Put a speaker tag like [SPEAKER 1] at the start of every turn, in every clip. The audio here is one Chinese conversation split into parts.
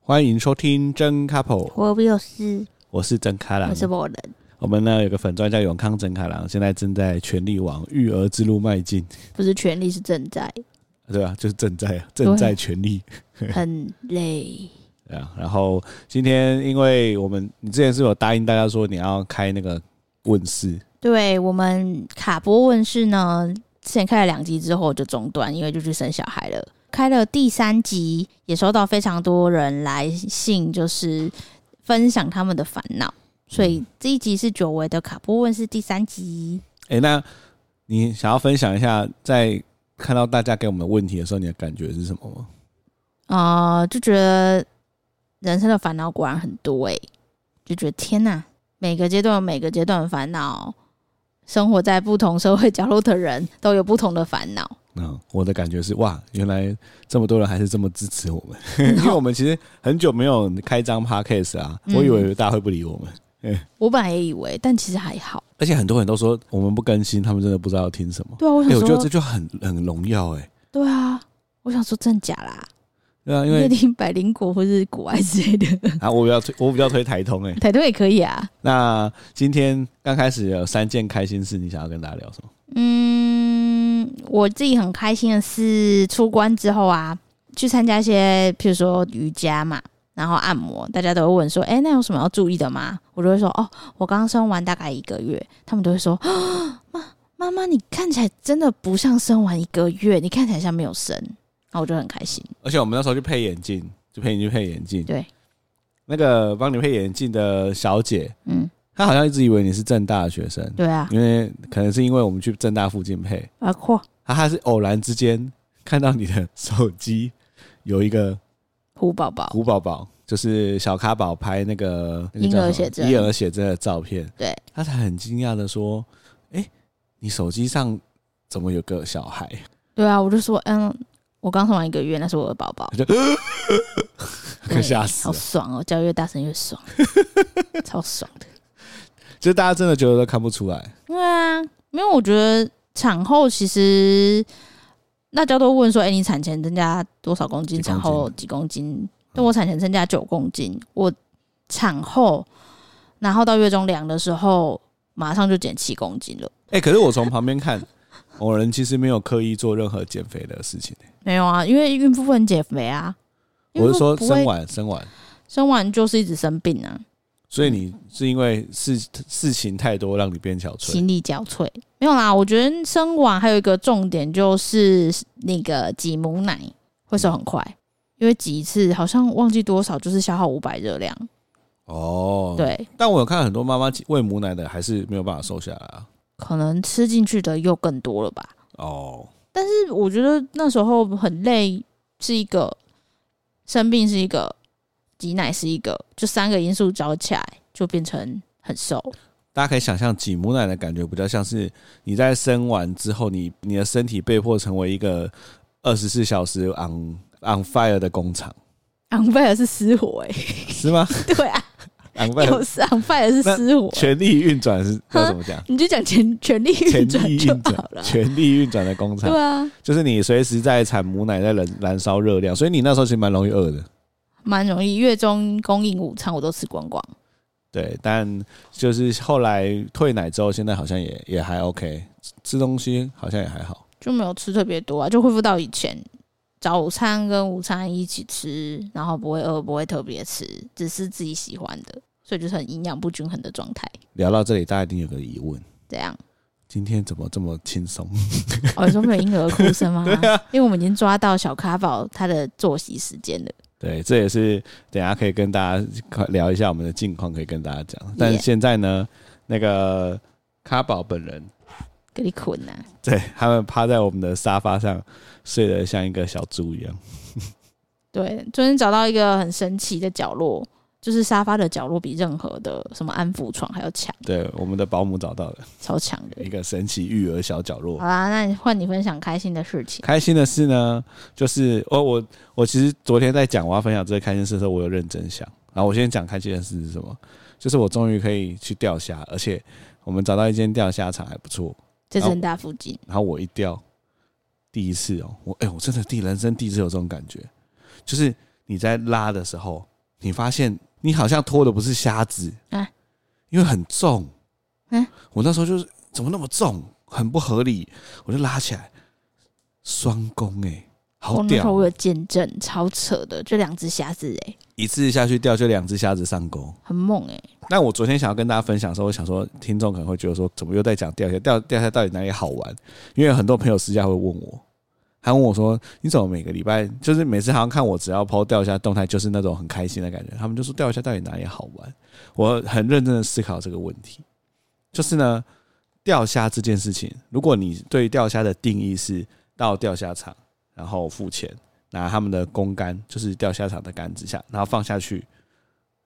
[SPEAKER 1] 欢迎收听真 couple，
[SPEAKER 2] 我有事，
[SPEAKER 1] 我是真开朗
[SPEAKER 2] 我。是某人，
[SPEAKER 1] 我们呢有个粉专叫永康真开朗，现在正在全力往育儿之路迈进，
[SPEAKER 2] 不是权利是正在，
[SPEAKER 1] 对吧、就是正在啊，正在全力。
[SPEAKER 2] 很累。
[SPEAKER 1] 对啊，然后今天因为我们你之前是有答应大家说你要开那个问世，
[SPEAKER 2] 对我们卡波问世呢，之前开了两集之后就中断，因为就去生小孩了。开了第三集，也收到非常多人来信，就是分享他们的烦恼。所以这一集是久违的卡波问世第三集。
[SPEAKER 1] 诶，那你想要分享一下在看到大家给我们问题的时候，你的感觉是什么吗？
[SPEAKER 2] 呃，就觉得人生的烦恼果然很多诶、欸就觉得天呐，每个阶段有每个阶段的烦恼，生活在不同社会角落的人都有不同的烦 恼。
[SPEAKER 1] 嗯，我的感觉是哇，原来这么多人还是这么支持我们，因为我们其实很久没有开张 podcast 啊，
[SPEAKER 2] 嗯
[SPEAKER 1] 我以为大家会不理我们，
[SPEAKER 2] 我本来也以为，但其实还好。
[SPEAKER 1] 而且很多人都说我们不更新，他们真的不知道要听什么。
[SPEAKER 2] 对啊，我
[SPEAKER 1] 哎、
[SPEAKER 2] 想
[SPEAKER 1] 我觉
[SPEAKER 2] 说，
[SPEAKER 1] 得这就很很荣耀哎、
[SPEAKER 2] 对啊，我想说真假啦，
[SPEAKER 1] 对啊，因
[SPEAKER 2] 你
[SPEAKER 1] 为
[SPEAKER 2] 也听百灵果或是国外之类的，
[SPEAKER 1] 啊，我比较推，我比较推台通哎、
[SPEAKER 2] 台东也可以啊。
[SPEAKER 1] 那今天刚开始有三件开心事，你想要跟大家聊什么？
[SPEAKER 2] 嗯，我自己很开心的是，出关之后啊，去参加一些，譬如说瑜伽嘛，然后按摩，大家都会问说，哎、那有什么要注意的吗？我就会说，哦，我刚生完大概一个月，他们都会说， 啊妈妈妈，你看起来真的不像生完一个月，你看起来像没有生，然后我就很开心。
[SPEAKER 1] 而且我们那时候去配眼镜，就陪你去配眼镜。
[SPEAKER 2] 对，
[SPEAKER 1] 那个帮你配眼镜的小姐，
[SPEAKER 2] 嗯，
[SPEAKER 1] 她好像一直以为你是正大的学生，
[SPEAKER 2] 对啊，
[SPEAKER 1] 因为可能是因为我们去正大附近配，
[SPEAKER 2] 包括
[SPEAKER 1] 她她是偶然之间看到你的手机有一个
[SPEAKER 2] 虎宝宝，
[SPEAKER 1] 古宝宝，就是小咖宝拍那个那个
[SPEAKER 2] 婴
[SPEAKER 1] 叫
[SPEAKER 2] 儿
[SPEAKER 1] 什么
[SPEAKER 2] 写真
[SPEAKER 1] 婴儿写真的照片，
[SPEAKER 2] 对，
[SPEAKER 1] 她才很惊讶的说：“哎、你手机上怎么有个小孩？”
[SPEAKER 2] 对啊，我就说，嗯，我刚生完一个月，那是我的宝宝。
[SPEAKER 1] 就
[SPEAKER 2] 对
[SPEAKER 1] 吓死
[SPEAKER 2] 好
[SPEAKER 1] 了！
[SPEAKER 2] 爽哦！叫越大声越爽，超爽的。
[SPEAKER 1] 就是大家真的觉得都看不出来，
[SPEAKER 2] 对啊，因为我觉得产后其实大家都问说，哎、你产前增加多少公斤？
[SPEAKER 1] 几公斤
[SPEAKER 2] 产后几公
[SPEAKER 1] 嗯
[SPEAKER 2] 斤？但我产前增加九公斤，我产后然后到月中量的时候，马上就减七公斤了。
[SPEAKER 1] 哎、可是我从旁边看，某人其实没有刻意做任何减肥的事情、
[SPEAKER 2] 没有啊，因为孕妇不能减肥啊。
[SPEAKER 1] 我是说
[SPEAKER 2] 孕妇不会
[SPEAKER 1] 生完生完，
[SPEAKER 2] 生完就是一直生病啊，
[SPEAKER 1] 所以你是因为事事情太多让你变憔悴，
[SPEAKER 2] 心力交瘁。没有啦，我觉得生完还有一个重点就是那个挤母奶会瘦很快，因为挤一次好像忘记多少，就是消耗五百热量。
[SPEAKER 1] 哦，。
[SPEAKER 2] 对，
[SPEAKER 1] 但我有看很多妈妈喂母奶的还是没有办法瘦下来啊。
[SPEAKER 2] 可能吃进去的又更多了吧。
[SPEAKER 1] 哦，
[SPEAKER 2] 但是我觉得那时候很累，是一个生病是一个挤奶是一个，就三个因素加起来就变成很瘦。
[SPEAKER 1] 大家可以想象挤母奶的感觉，比较像是你在生完之后，你你的身体被迫成为一个二十四小时 on on fire 的工厂，
[SPEAKER 2] 昂贝尔是失火哎、
[SPEAKER 1] 是吗
[SPEAKER 2] 对啊，
[SPEAKER 1] ？on fire
[SPEAKER 2] 有是昂贝尔是失火，？
[SPEAKER 1] 全力运转是要怎么讲
[SPEAKER 2] 你就讲全全力
[SPEAKER 1] 全
[SPEAKER 2] 运转
[SPEAKER 1] 力
[SPEAKER 2] 就
[SPEAKER 1] 运
[SPEAKER 2] 好了
[SPEAKER 1] 转，。全力运转的工厂
[SPEAKER 2] 对，啊，
[SPEAKER 1] 就是你随时在产母奶，在燃燃烧热量，所以你那时候其实蛮容易饿的。
[SPEAKER 2] 蛮容易。月中供应午餐我都吃光光，
[SPEAKER 1] 对，但就是后来退奶之后，现在好像也也还 OK，吃吃东西好像也还好。
[SPEAKER 2] 就没有吃特别多啊，就恢复到以前早餐跟午餐一起吃，然后不会饿，不会特别吃，只是自己喜欢的，所以就是很营养不均衡的状态。
[SPEAKER 1] 聊到这里，大家一定有个疑问：
[SPEAKER 2] 这 样，
[SPEAKER 1] 今天怎么这么轻松？
[SPEAKER 2] 哦，你说没有婴儿哭声吗？
[SPEAKER 1] 对啊，
[SPEAKER 2] 因为我们已经抓到小咖宝他的作息时间了。
[SPEAKER 1] 对，这也是等一下可以跟大家聊一下我们的近况，可以跟大家讲。但
[SPEAKER 2] Yeah
[SPEAKER 1] 现在呢，那个卡宝本人
[SPEAKER 2] 给你困呐、啊，
[SPEAKER 1] 对他们趴在我们的沙发上睡得像一个小猪一样。
[SPEAKER 2] 对，昨天找到一个很神奇的角落，就是沙发的角落比任何的什么安抚床还要强，
[SPEAKER 1] 对，我们的保姆找到了
[SPEAKER 2] 超强的
[SPEAKER 1] 一。个神奇育儿小角落
[SPEAKER 2] 好。啦，那你换你分享开心的事情。
[SPEAKER 1] 开心的事呢，就是我我我其实昨天在讲我要分享这个开心事的时候，我有认真想。然后我先讲开心的事是什么，就是我终于可以去钓虾，而且我们找到一间钓虾场还不错。
[SPEAKER 2] 在正大附近，
[SPEAKER 1] 然后我一钓，第一次哦，我哎、我真的第人生第一次有这种感觉，就是你在拉的时候，你发现你好像拖的不是虾子，
[SPEAKER 2] 啊
[SPEAKER 1] 因为很重，
[SPEAKER 2] 嗯
[SPEAKER 1] 我那时候就是怎么那么重，很不合理，我就拉起来，双弓哎、好
[SPEAKER 2] 我那时
[SPEAKER 1] 屌
[SPEAKER 2] 候
[SPEAKER 1] 哦、
[SPEAKER 2] 我有见证，超扯的，就两只虾子哎、
[SPEAKER 1] 一次下去钓就两只虾子上钩。
[SPEAKER 2] 很猛哎、
[SPEAKER 1] 那我昨天想要跟大家分享的时候，我想说听众可能会觉得说，怎么又在讲钓虾？钓钓虾到底哪里好玩？因为很多朋友私下会问我，他问我说，你怎么每个礼拜就是每次好像看我只要抛钓虾动态，就是那种很开心的感觉。他们就说钓虾到底哪里好玩？我很认真的思考这个问题，就是呢，钓虾这件事情，如果你对钓虾的定义是到钓虾场，然后付钱拿他们的公竿，就是钓虾场的杆子下，然后放下去，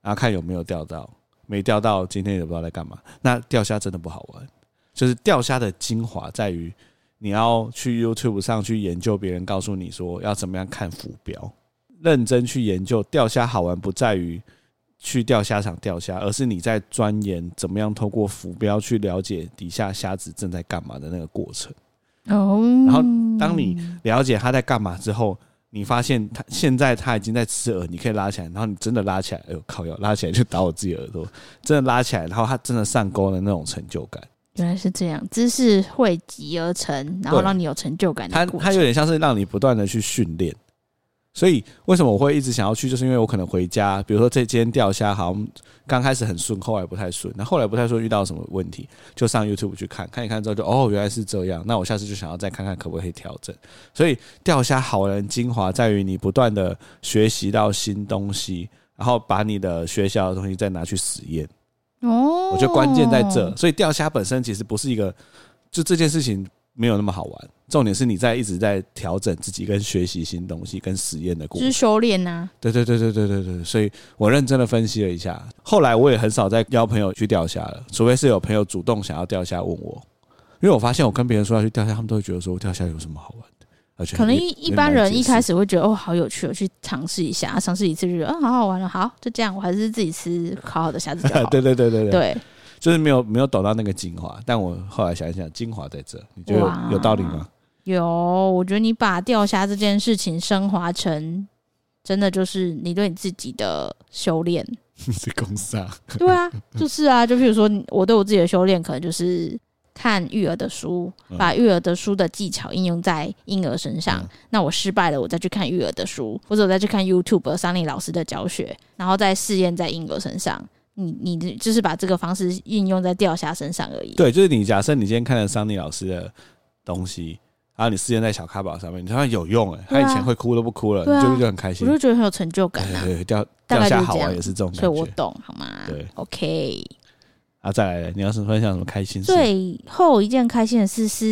[SPEAKER 1] 然后看有没有钓到。没钓到，今天也不知道在干嘛。那钓虾真的不好玩，就是钓虾的精华在于你要去 YouTube 上去研究别人告诉你说要怎么样看浮标，认真去研究钓虾好玩不在于去钓虾场钓虾，而是你在钻研怎么样透过浮标去了解底下虾子正在干嘛的那个过程。
[SPEAKER 2] 哦，
[SPEAKER 1] 然后当你了解他在干嘛之后，你发现他现在他已经在吃饵，你可以拉起来，然后你真的拉起来，哎呦靠腰，拉起来就打我自己耳朵，真的拉起来，然后他真的上钩的那种成就感，
[SPEAKER 2] 原来是这样，知识汇集而成，然后让你有成就感
[SPEAKER 1] 他
[SPEAKER 2] 的过
[SPEAKER 1] 他
[SPEAKER 2] 程。
[SPEAKER 1] 有点像是让你不断的去训练。所以为什么我会一直想要去，就是因为我可能回家，比如说这今天钓虾，好像刚开始很顺，后来不太顺，那后来不太顺遇到什么问题，就上 YouTube 去看看一看之后就哦原来是这样，那我下次就想要再看看可不可以调整。所以钓虾好人精华在于你不断的学习到新东西，然后把你的学校的东西再拿去实验。
[SPEAKER 2] 哦，
[SPEAKER 1] 我觉得关键在这，所以钓虾本身其实不是一个，就这件事情没有那么好玩。重点是你在一直在调整自己，跟学习新东西，跟实验的过
[SPEAKER 2] 就
[SPEAKER 1] 程
[SPEAKER 2] 是。修炼啊呐、
[SPEAKER 1] 对对对对对对对，所以我认真的分析了一下，后来我也很少再邀朋友去钓虾了，除非是有朋友主动想要钓虾问我，因为我发现我跟别人说要去钓虾，他们都会觉得说钓虾有什么好玩的，而且
[SPEAKER 2] 可能一一般人一开
[SPEAKER 1] 始
[SPEAKER 2] 始会觉得哦，好有趣哦，去尝试一下，尝试一次就觉得啊、好好玩了、好就这样，我还是自己吃烤好的虾子就好了。
[SPEAKER 1] 对对对对对，
[SPEAKER 2] 对，
[SPEAKER 1] 就是没有没有懂到那个精华，但我后来想一想，精华在这，你觉得
[SPEAKER 2] 哇
[SPEAKER 1] 有道理吗？
[SPEAKER 2] 有，我觉得你把钓虾这件事情升华成，真的就是你对你自己的修炼。
[SPEAKER 1] 是公杀。嗯
[SPEAKER 2] 对啊，就是啊，就比如说你我对我自己的修炼，可能就是看育儿的书，
[SPEAKER 1] 嗯
[SPEAKER 2] 把育儿的书的技巧应用在婴儿身上。
[SPEAKER 1] 嗯
[SPEAKER 2] 那我失败了，我再去看育儿的书，或者我再去看 YouTube 桑尼老师的教学，然后再试验在婴儿身上。你你就是把这个方式应用在钓虾身上而已。
[SPEAKER 1] 对，就是你假设你今天看了桑尼老师的东西，然后你试验在小咖宝上面，你发现有用哎、他
[SPEAKER 2] 对啊
[SPEAKER 1] 以前会哭都不哭了，
[SPEAKER 2] 对啊
[SPEAKER 1] 你就就很开
[SPEAKER 2] 我
[SPEAKER 1] 心。
[SPEAKER 2] 就觉得很有成就感
[SPEAKER 1] 对
[SPEAKER 2] 啊，
[SPEAKER 1] 对对，钓
[SPEAKER 2] 大
[SPEAKER 1] 钓
[SPEAKER 2] 概
[SPEAKER 1] 虾
[SPEAKER 2] 就是
[SPEAKER 1] 好
[SPEAKER 2] 这
[SPEAKER 1] 玩
[SPEAKER 2] 样
[SPEAKER 1] 也是这种感
[SPEAKER 2] 所以我
[SPEAKER 1] 觉。
[SPEAKER 2] 懂好吗？
[SPEAKER 1] 对
[SPEAKER 2] ，OK。
[SPEAKER 1] 啊，再来，你要是分享什么开心事？
[SPEAKER 2] 最后一件开心的事是，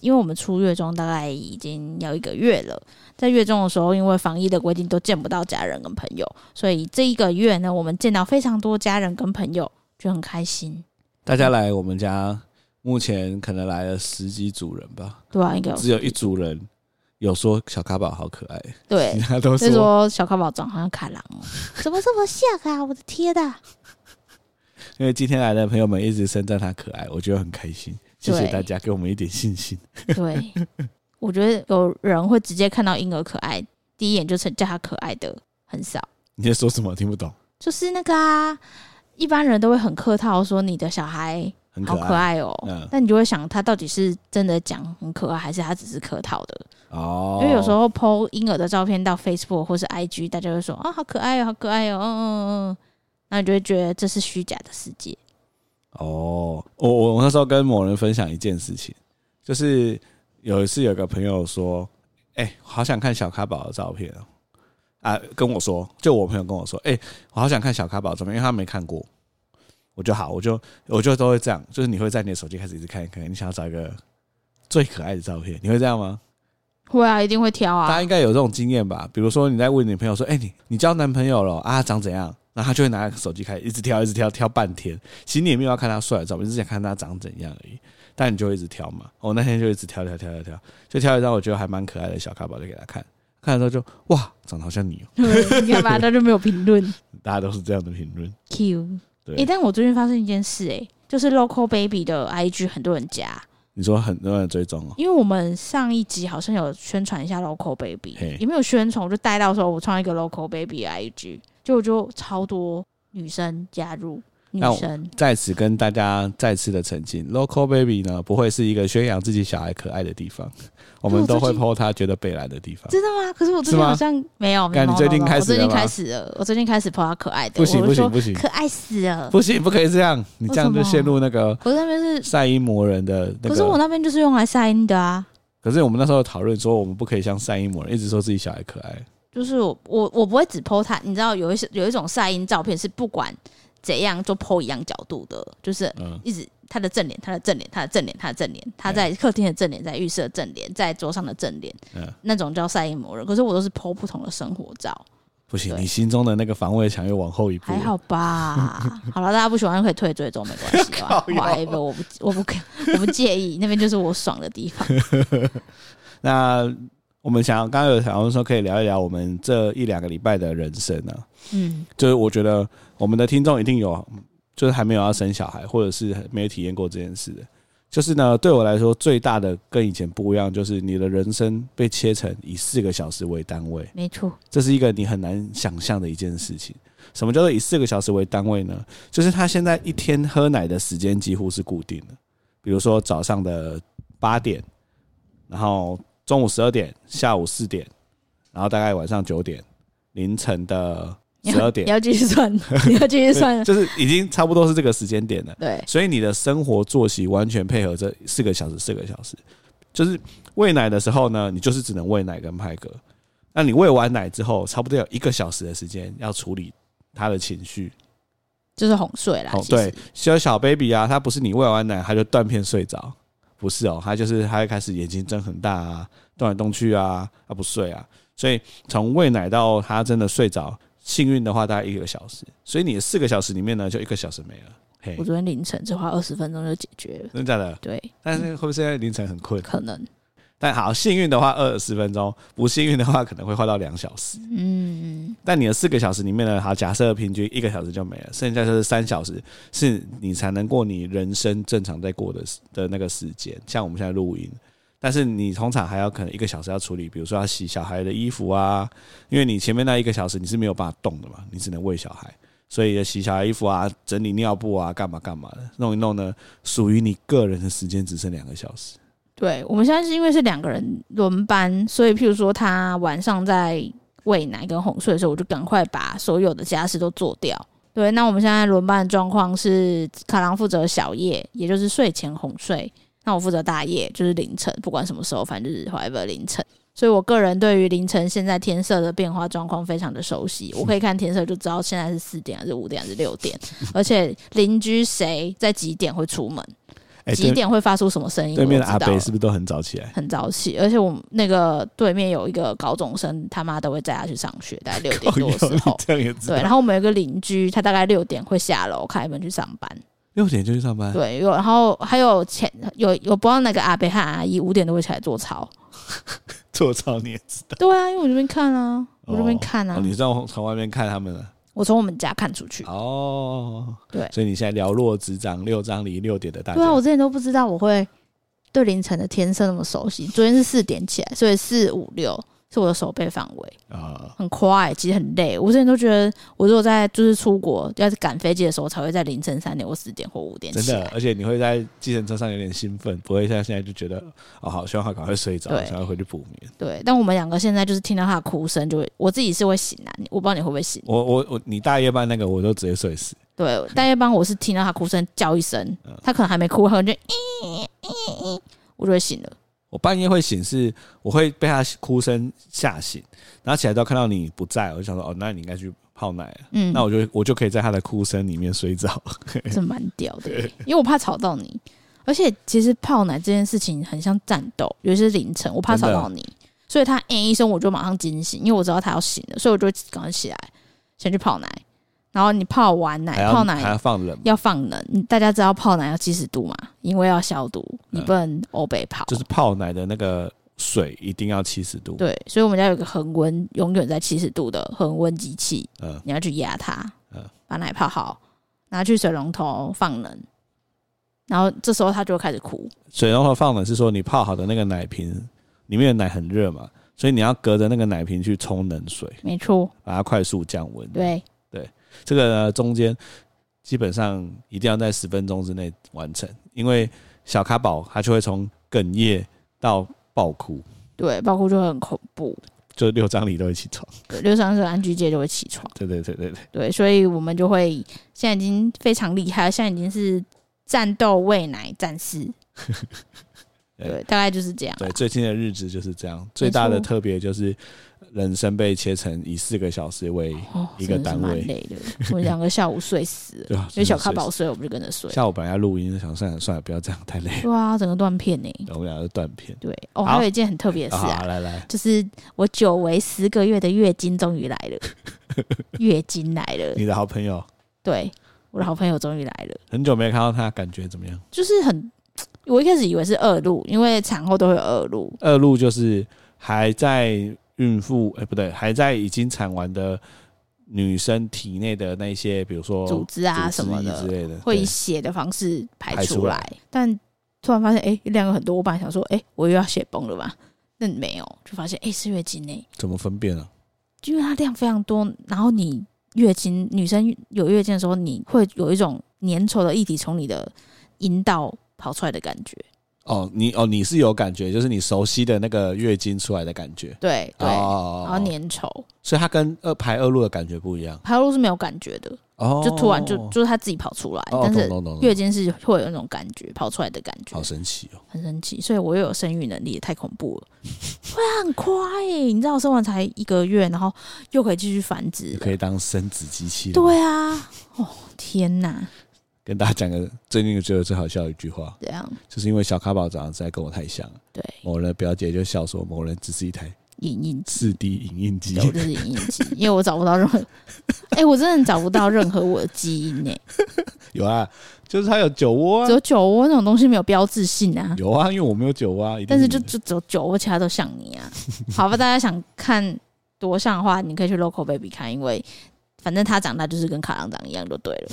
[SPEAKER 2] 因为我们出月中大概已经要一个月了，在月中的时候，因为防疫的规定都见不到家人跟朋友，所以这一个月呢，我们见到非常多家人跟朋友，就很开心，
[SPEAKER 1] 大家来我们家，目前可能来了十几组人吧，
[SPEAKER 2] 对吧、啊应该有
[SPEAKER 1] 只有一组人有说小咖宝好可爱，
[SPEAKER 2] 对
[SPEAKER 1] 其。他都
[SPEAKER 2] 所以
[SPEAKER 1] 说
[SPEAKER 2] 说小咖宝长好像卡郎 哦，怎么这么像啊？我的天呐、
[SPEAKER 1] 因为今天来的朋友们一直称赞他可爱，我觉得很开心。谢谢
[SPEAKER 2] 对
[SPEAKER 1] 大家给我们一点信心。
[SPEAKER 2] 对，我觉得有人会直接看到婴儿可爱，第一眼就称叫他可爱的很少。
[SPEAKER 1] 你在说什么？听不懂，
[SPEAKER 2] 就是那个啊，一般人都会很客套说你的小孩
[SPEAKER 1] 很
[SPEAKER 2] 好
[SPEAKER 1] 可
[SPEAKER 2] 可
[SPEAKER 1] 爱
[SPEAKER 2] 爱哦、
[SPEAKER 1] 嗯
[SPEAKER 2] 但你就会想他到底是真的讲很可爱，还是他只是客套的？
[SPEAKER 1] 哦。
[SPEAKER 2] 因为有时候 PO 婴儿的照片到 Facebook 或是 IG，大家会说啊好可爱哦、好可爱哦、嗯嗯嗯，那你就会觉得这是虚假的世界。
[SPEAKER 1] 哦，我我我那时候跟某人分享一件事情，就是有一次有个朋友说：“哎、好想看小咖宝的照片哦。”啊，跟我说，就我朋友跟我说：“哎、我好想看小咖宝的照片，因为他没看过。”我就好，我就我就都会这样，就是你会在你的手机开始一直看一看，你想要找一个最可爱的照片，你会这样吗？
[SPEAKER 2] 会啊，一定会挑
[SPEAKER 1] 大
[SPEAKER 2] 啊
[SPEAKER 1] 家。应该有这种经验吧？比如说你在问你朋友说：“哎、你你交男朋友了啊？长怎样？”然后他就会拿手机开始一直挑，一直挑，挑半天。其实你也没有要看他帅的照片，只是想看他长怎样而已。但你就一直挑嘛。我、那天就一直挑挑挑挑挑，就挑一张我觉得还蛮可爱的小咖宝，就给他看。看了之后就哇，长得好像你哦、
[SPEAKER 2] 你 看吧，他就没有评论。
[SPEAKER 1] 大家都是这样的评论。
[SPEAKER 2] Q，
[SPEAKER 1] 对
[SPEAKER 2] 哎、但我最近发生一件事、哎，就是 Local Baby 的 IG 很多人加，
[SPEAKER 1] 你说很多人追踪哦、
[SPEAKER 2] 因为我们上一集好像有宣传一下 Local Baby，
[SPEAKER 1] 嘿
[SPEAKER 2] 也没有宣传，我就带到说我创一个 Local Baby 的 IG，就就超多女生加入，女
[SPEAKER 1] 那我
[SPEAKER 2] 生
[SPEAKER 1] 在此跟大家再次的澄清，Local Baby 呢不会是一个宣扬自己小孩可爱的地方，我们都会 PO 他觉得被来的地方。
[SPEAKER 2] 真的吗？啊可是我最
[SPEAKER 1] 是
[SPEAKER 2] 近
[SPEAKER 1] 吗
[SPEAKER 2] 好像没有，没
[SPEAKER 1] 干
[SPEAKER 2] 有，
[SPEAKER 1] 你最近开始
[SPEAKER 2] 我最
[SPEAKER 1] 了
[SPEAKER 2] 近
[SPEAKER 1] 吗
[SPEAKER 2] 开始了，我最近开始跑到可爱的，
[SPEAKER 1] 不行
[SPEAKER 2] 我
[SPEAKER 1] 不
[SPEAKER 2] 就
[SPEAKER 1] 行
[SPEAKER 2] 说
[SPEAKER 1] 不行
[SPEAKER 2] 可爱死了。
[SPEAKER 1] 不行，不可以这样，你这样就
[SPEAKER 2] 为什么
[SPEAKER 1] 陷入那个
[SPEAKER 2] 可是那边是，
[SPEAKER 1] 赛因魔人的那个。
[SPEAKER 2] 可是我那边就是用来晒阴的啊，
[SPEAKER 1] 可是我们那时候有讨论说，我们不可以像赛因魔人一直说自己小孩可爱。
[SPEAKER 2] 就是我我我不会只 PO 它，你知道有一些有一种晒阴照片是不管怎样就 PO 一样角度的，就是
[SPEAKER 1] 嗯，
[SPEAKER 2] 一直他的正脸，他的正脸，他的正脸，他的正脸，他在客厅的正脸，在浴室的正脸，在桌上的正脸，
[SPEAKER 1] 嗯
[SPEAKER 2] 那种叫晒阴魔人。可是我都是剖不同的生活照，
[SPEAKER 1] 不行，
[SPEAKER 2] 对
[SPEAKER 1] 你心中的那个防卫墙又往后一步
[SPEAKER 2] 还
[SPEAKER 1] 了。
[SPEAKER 2] 好吧？ 好了，大家不喜欢可以退追踪，没关系啊
[SPEAKER 1] 靠腰
[SPEAKER 2] ，whatever，我不我不我不介意，那边就是我爽的地 方。
[SPEAKER 1] 那我们想刚刚有想要说，可以聊一聊我们这一两个礼拜的人生啊。
[SPEAKER 2] 嗯，
[SPEAKER 1] 就是我觉得我们的听众一定有，就是还没有要生小孩，或者是没有体验过这件事的。就是呢，对我来说最大的跟以前不一样，就是你的人生被切成以四个小时为单位，
[SPEAKER 2] 没错，
[SPEAKER 1] 这是一个你很难想象的一件事情。什么叫做以四个小时为单位呢？就是他现在一天喝奶的时间几乎是固定的，比如说早上的八点，然后中午十二点，下午四点，然后大概晚上九点，凌晨的
[SPEAKER 2] 你
[SPEAKER 1] 十
[SPEAKER 2] 要
[SPEAKER 1] 二点
[SPEAKER 2] 你，要继续算，你要继续算
[SPEAKER 1] 对，就是已经差不多是这个时间点了。
[SPEAKER 2] 对，
[SPEAKER 1] 所以你的生活作息完全配合这四个小时，四个小时，就是喂奶的时候呢，你就是只能喂奶跟派嗝。那你喂完奶之后，差不多有一个小时的时间要处理他的情绪。
[SPEAKER 2] 就是哄睡啦。
[SPEAKER 1] 哦，
[SPEAKER 2] 其实
[SPEAKER 1] 对，，像小 baby 啊，他不是你喂完奶他就断片睡着，不是哦，他就是他会开始眼睛睁很大啊，动来动去啊，他不睡啊。所以从喂奶到他真的睡着，幸运的话大概一个小时。所以你的四个小时里面呢，就一个小时没了。嘿
[SPEAKER 2] 我，昨天凌晨只花二十分钟就解决了，
[SPEAKER 1] 真的假的？
[SPEAKER 2] 对，
[SPEAKER 1] 但是会不会现在凌晨很困？
[SPEAKER 2] 可能，
[SPEAKER 1] 但好，幸运的话二十分钟，不幸运的话可能会花到两小时。
[SPEAKER 2] 嗯，
[SPEAKER 1] 但你的四个小时里面呢，好，假设平均一个小时就没了，剩下就是三小时，是你才能过你人生正常在过的时的那个时间。像我们现在录音，但是你通常还要可能一个小时要处理，比如说要洗小孩的衣服啊，因为你前面那一个小时你是没有办法动的嘛，你只能喂小孩，所以洗小孩衣服啊、整理尿布啊、干嘛干嘛的，弄一弄呢，属于你个人的时间只剩两个小时。
[SPEAKER 2] 对，我们现在是因为是两个人轮班，所以譬如说他晚上在喂奶跟哄睡的时候，我就赶快把所有的家事都做掉。对，那我们现在轮班的状况是，卡郎负责小夜，也就是睡前哄睡；那我负责大夜，就是凌晨，不管什么时候，反正就是 whatever 凌晨。所以我个人对于凌晨现在天色的变化状况非常的熟悉，我可以看天色就知道现在是四点还是五点还是六点，而且邻居谁在几点会出门，
[SPEAKER 1] 哎、
[SPEAKER 2] 几
[SPEAKER 1] 对
[SPEAKER 2] 点会发出什么声音，
[SPEAKER 1] 对面的
[SPEAKER 2] 我都
[SPEAKER 1] 阿
[SPEAKER 2] 知道
[SPEAKER 1] 北
[SPEAKER 2] 了
[SPEAKER 1] 是不是都很早起来？
[SPEAKER 2] 很早起，而且我们那个对面有一个高中生，他妈都会载他去上学，大概六点多的时候。
[SPEAKER 1] 这样也知
[SPEAKER 2] 对，然
[SPEAKER 1] 道。
[SPEAKER 2] 后我们有一个邻居，他大概六点会下楼开门去上班。
[SPEAKER 1] 六点就去上班，
[SPEAKER 2] 对，有然后还有前有我不知道那个阿伯和阿姨五点都会起来做操。
[SPEAKER 1] 做操你也知道。
[SPEAKER 2] 对啊，因为我这边看啊，我这边看啊，
[SPEAKER 1] 哦，你啊是从从外面看他们了。
[SPEAKER 2] 我从我们家看出去。
[SPEAKER 1] 哦，
[SPEAKER 2] 对
[SPEAKER 1] 所以你现在寥落指掌，六张离六点的大家。
[SPEAKER 2] 对啊，我之前都不知道我会对凌晨的天色那么熟悉。昨天是四点起来，所以四五六是我的手背范围。
[SPEAKER 1] 啊、
[SPEAKER 2] 很快、其实很累。我之前都觉得，我如果在就是出国，要是赶飞机的时候，才会在凌晨三点或四点或五点
[SPEAKER 1] 真
[SPEAKER 2] 起
[SPEAKER 1] 的，
[SPEAKER 2] 来。
[SPEAKER 1] 而且你会在计程车上有点兴奋，不会像现在就觉得哦，好，希望他赶快睡着，
[SPEAKER 2] 对
[SPEAKER 1] 想要回去补眠。
[SPEAKER 2] 对，但我们两个现在就是听到他的哭声，就会我自己是会醒啊，你我不知道你会不会醒。
[SPEAKER 1] 我我我，你大夜班那个我都直接睡死。
[SPEAKER 2] 对， 但一般我是听到他哭声叫一声，
[SPEAKER 1] 嗯
[SPEAKER 2] 他可能还没哭，他可能就 咦咦咦，我就会醒了。
[SPEAKER 1] 我半夜会醒是，我会被他哭声吓醒，然后起来之后看到你不在，我就想说哦，那你应该去泡奶了。
[SPEAKER 2] 嗯，
[SPEAKER 1] 那我就我就可以在他的哭声里面睡着。
[SPEAKER 2] 这蛮屌的耶，因为我怕吵到你。而且其实泡奶这件事情很像战斗，尤其是凌晨，我怕吵到你，所以他嗯一声我就马上惊醒，因为我知道他要醒了，所以我就赶快起来，先去泡奶。然后你泡完
[SPEAKER 1] 还
[SPEAKER 2] 奶，
[SPEAKER 1] 要
[SPEAKER 2] 泡
[SPEAKER 1] 还要
[SPEAKER 2] 奶
[SPEAKER 1] 放冷，
[SPEAKER 2] 要放冷，你大家知道泡奶要七十度嘛？因为要消毒，
[SPEAKER 1] 嗯
[SPEAKER 2] 你不能欧北泡。
[SPEAKER 1] 就是泡奶的那个水一定要七十度。
[SPEAKER 2] 对，所以我们家有一个恒温，永远在七十度的恒温机器，
[SPEAKER 1] 嗯，
[SPEAKER 2] 你要去压它
[SPEAKER 1] 嗯，
[SPEAKER 2] 把奶泡好，拿去水龙头放冷，然后这时候他就会开始哭。
[SPEAKER 1] 水龙头放冷是说你泡好的那个奶瓶里面的奶很热嘛，所以你要隔着那个奶瓶去冲冷水，
[SPEAKER 2] 没错，
[SPEAKER 1] 把它快速降温。，
[SPEAKER 2] 对，
[SPEAKER 1] 这个呢中间基本上一定要在十分钟之内完成，因为小卡宝它就会从哽咽到爆哭，
[SPEAKER 2] 对，包括就很恐怖。
[SPEAKER 1] 就六张里都会起床。
[SPEAKER 2] 对，六上是安居界就会起床，
[SPEAKER 1] 对对对对对，
[SPEAKER 2] 对，所以我们就会现在已经非常厉害，现在已经是战斗喂奶战士，
[SPEAKER 1] 对
[SPEAKER 2] 对，大概就是这样。
[SPEAKER 1] 对，最近的日子就是这样。最大的特别就是人生被切成以四个小时为，
[SPEAKER 2] 哦，
[SPEAKER 1] 一个
[SPEAKER 2] 真的是
[SPEAKER 1] 单位
[SPEAKER 2] 蛮累的，我们两个下午睡死 了，
[SPEAKER 1] 对啊吧？
[SPEAKER 2] 因为小
[SPEAKER 1] 卡
[SPEAKER 2] 咖宝睡，我们就跟着睡。
[SPEAKER 1] 下午本来要录音，想算了算了，不要这样太累了，
[SPEAKER 2] 对啊，整个断片呢、
[SPEAKER 1] 我们俩就断片。
[SPEAKER 2] 对哦，
[SPEAKER 1] 好
[SPEAKER 2] 还有一件很特别的事
[SPEAKER 1] 好
[SPEAKER 2] 啊，
[SPEAKER 1] 来来，
[SPEAKER 2] 就是我久违十个月的月经终于来了， 月经来了，
[SPEAKER 1] 你的好朋友
[SPEAKER 2] 对，我的好朋友终于来了，
[SPEAKER 1] 很久没看到他，感觉怎么样？
[SPEAKER 2] 就是很，我一开始以为是恶露，因为产后都会有恶露，
[SPEAKER 1] 二路就是还在孕妇，哎、不对，还在已经产完的女生体内的那些，比如说
[SPEAKER 2] 组织啊
[SPEAKER 1] 哦组
[SPEAKER 2] 什么
[SPEAKER 1] 液
[SPEAKER 2] 的
[SPEAKER 1] 之类的，
[SPEAKER 2] 会以
[SPEAKER 1] 对
[SPEAKER 2] 血的方式排
[SPEAKER 1] 排出
[SPEAKER 2] 出来，但突然发现，哎、量有很多，我本来想说，哎、我又要血崩了吧？但没有，就发现，哎、是月经呢、
[SPEAKER 1] 怎么分辨啊？
[SPEAKER 2] 就因为它量非常多，然后你月经，女生有月经的时候，你会有一种粘稠的液体从你的阴道跑出来的感觉。
[SPEAKER 1] 哦，你哦，你是有感觉，就是你熟悉的那个月经出来的感觉，
[SPEAKER 2] 对对，
[SPEAKER 1] 哦
[SPEAKER 2] 然后粘稠，
[SPEAKER 1] 所以它跟二排二路的感觉不一样，
[SPEAKER 2] 排路是没有感觉的，
[SPEAKER 1] 哦，
[SPEAKER 2] 就突然就、就是它自己跑出来，
[SPEAKER 1] 哦，
[SPEAKER 2] 但
[SPEAKER 1] 懂
[SPEAKER 2] 是
[SPEAKER 1] 懂懂
[SPEAKER 2] 月
[SPEAKER 1] 懂，
[SPEAKER 2] 经是会有那种感觉跑出来的感觉
[SPEAKER 1] 好，神奇哦，
[SPEAKER 2] 很神奇。所以我又有生育能力，也太恐怖了， 会啊很快耶、你知道我生完才一个月，然后又可以继续繁殖
[SPEAKER 1] 你，可以当生殖机器了。
[SPEAKER 2] 对啊，哦天哪，
[SPEAKER 1] 跟大家讲个最近觉得最好笑的一句话，
[SPEAKER 2] 这样
[SPEAKER 1] 就是因为小咖宝长得实在跟我太 像了，
[SPEAKER 2] 对，
[SPEAKER 1] 某人的表姐就笑说某人只是一台
[SPEAKER 2] 隐隐
[SPEAKER 1] 四 D 影印机
[SPEAKER 2] 对，我就是影印机，因为我找不到任何，哎、我真的找不到任何我的基因呢、
[SPEAKER 1] 有啊，就是它有酒窝啊
[SPEAKER 2] 只，有酒窝那种东西没有标志性啊，
[SPEAKER 1] 有啊，因为我没有酒窝啊，一定
[SPEAKER 2] 但是就
[SPEAKER 1] 你的
[SPEAKER 2] 就只有酒窝，其他都像你啊。 好吧，大家想看多像的话，你可以去 Local Baby 看，因为反正他长大就是跟卡郎长一样就对了，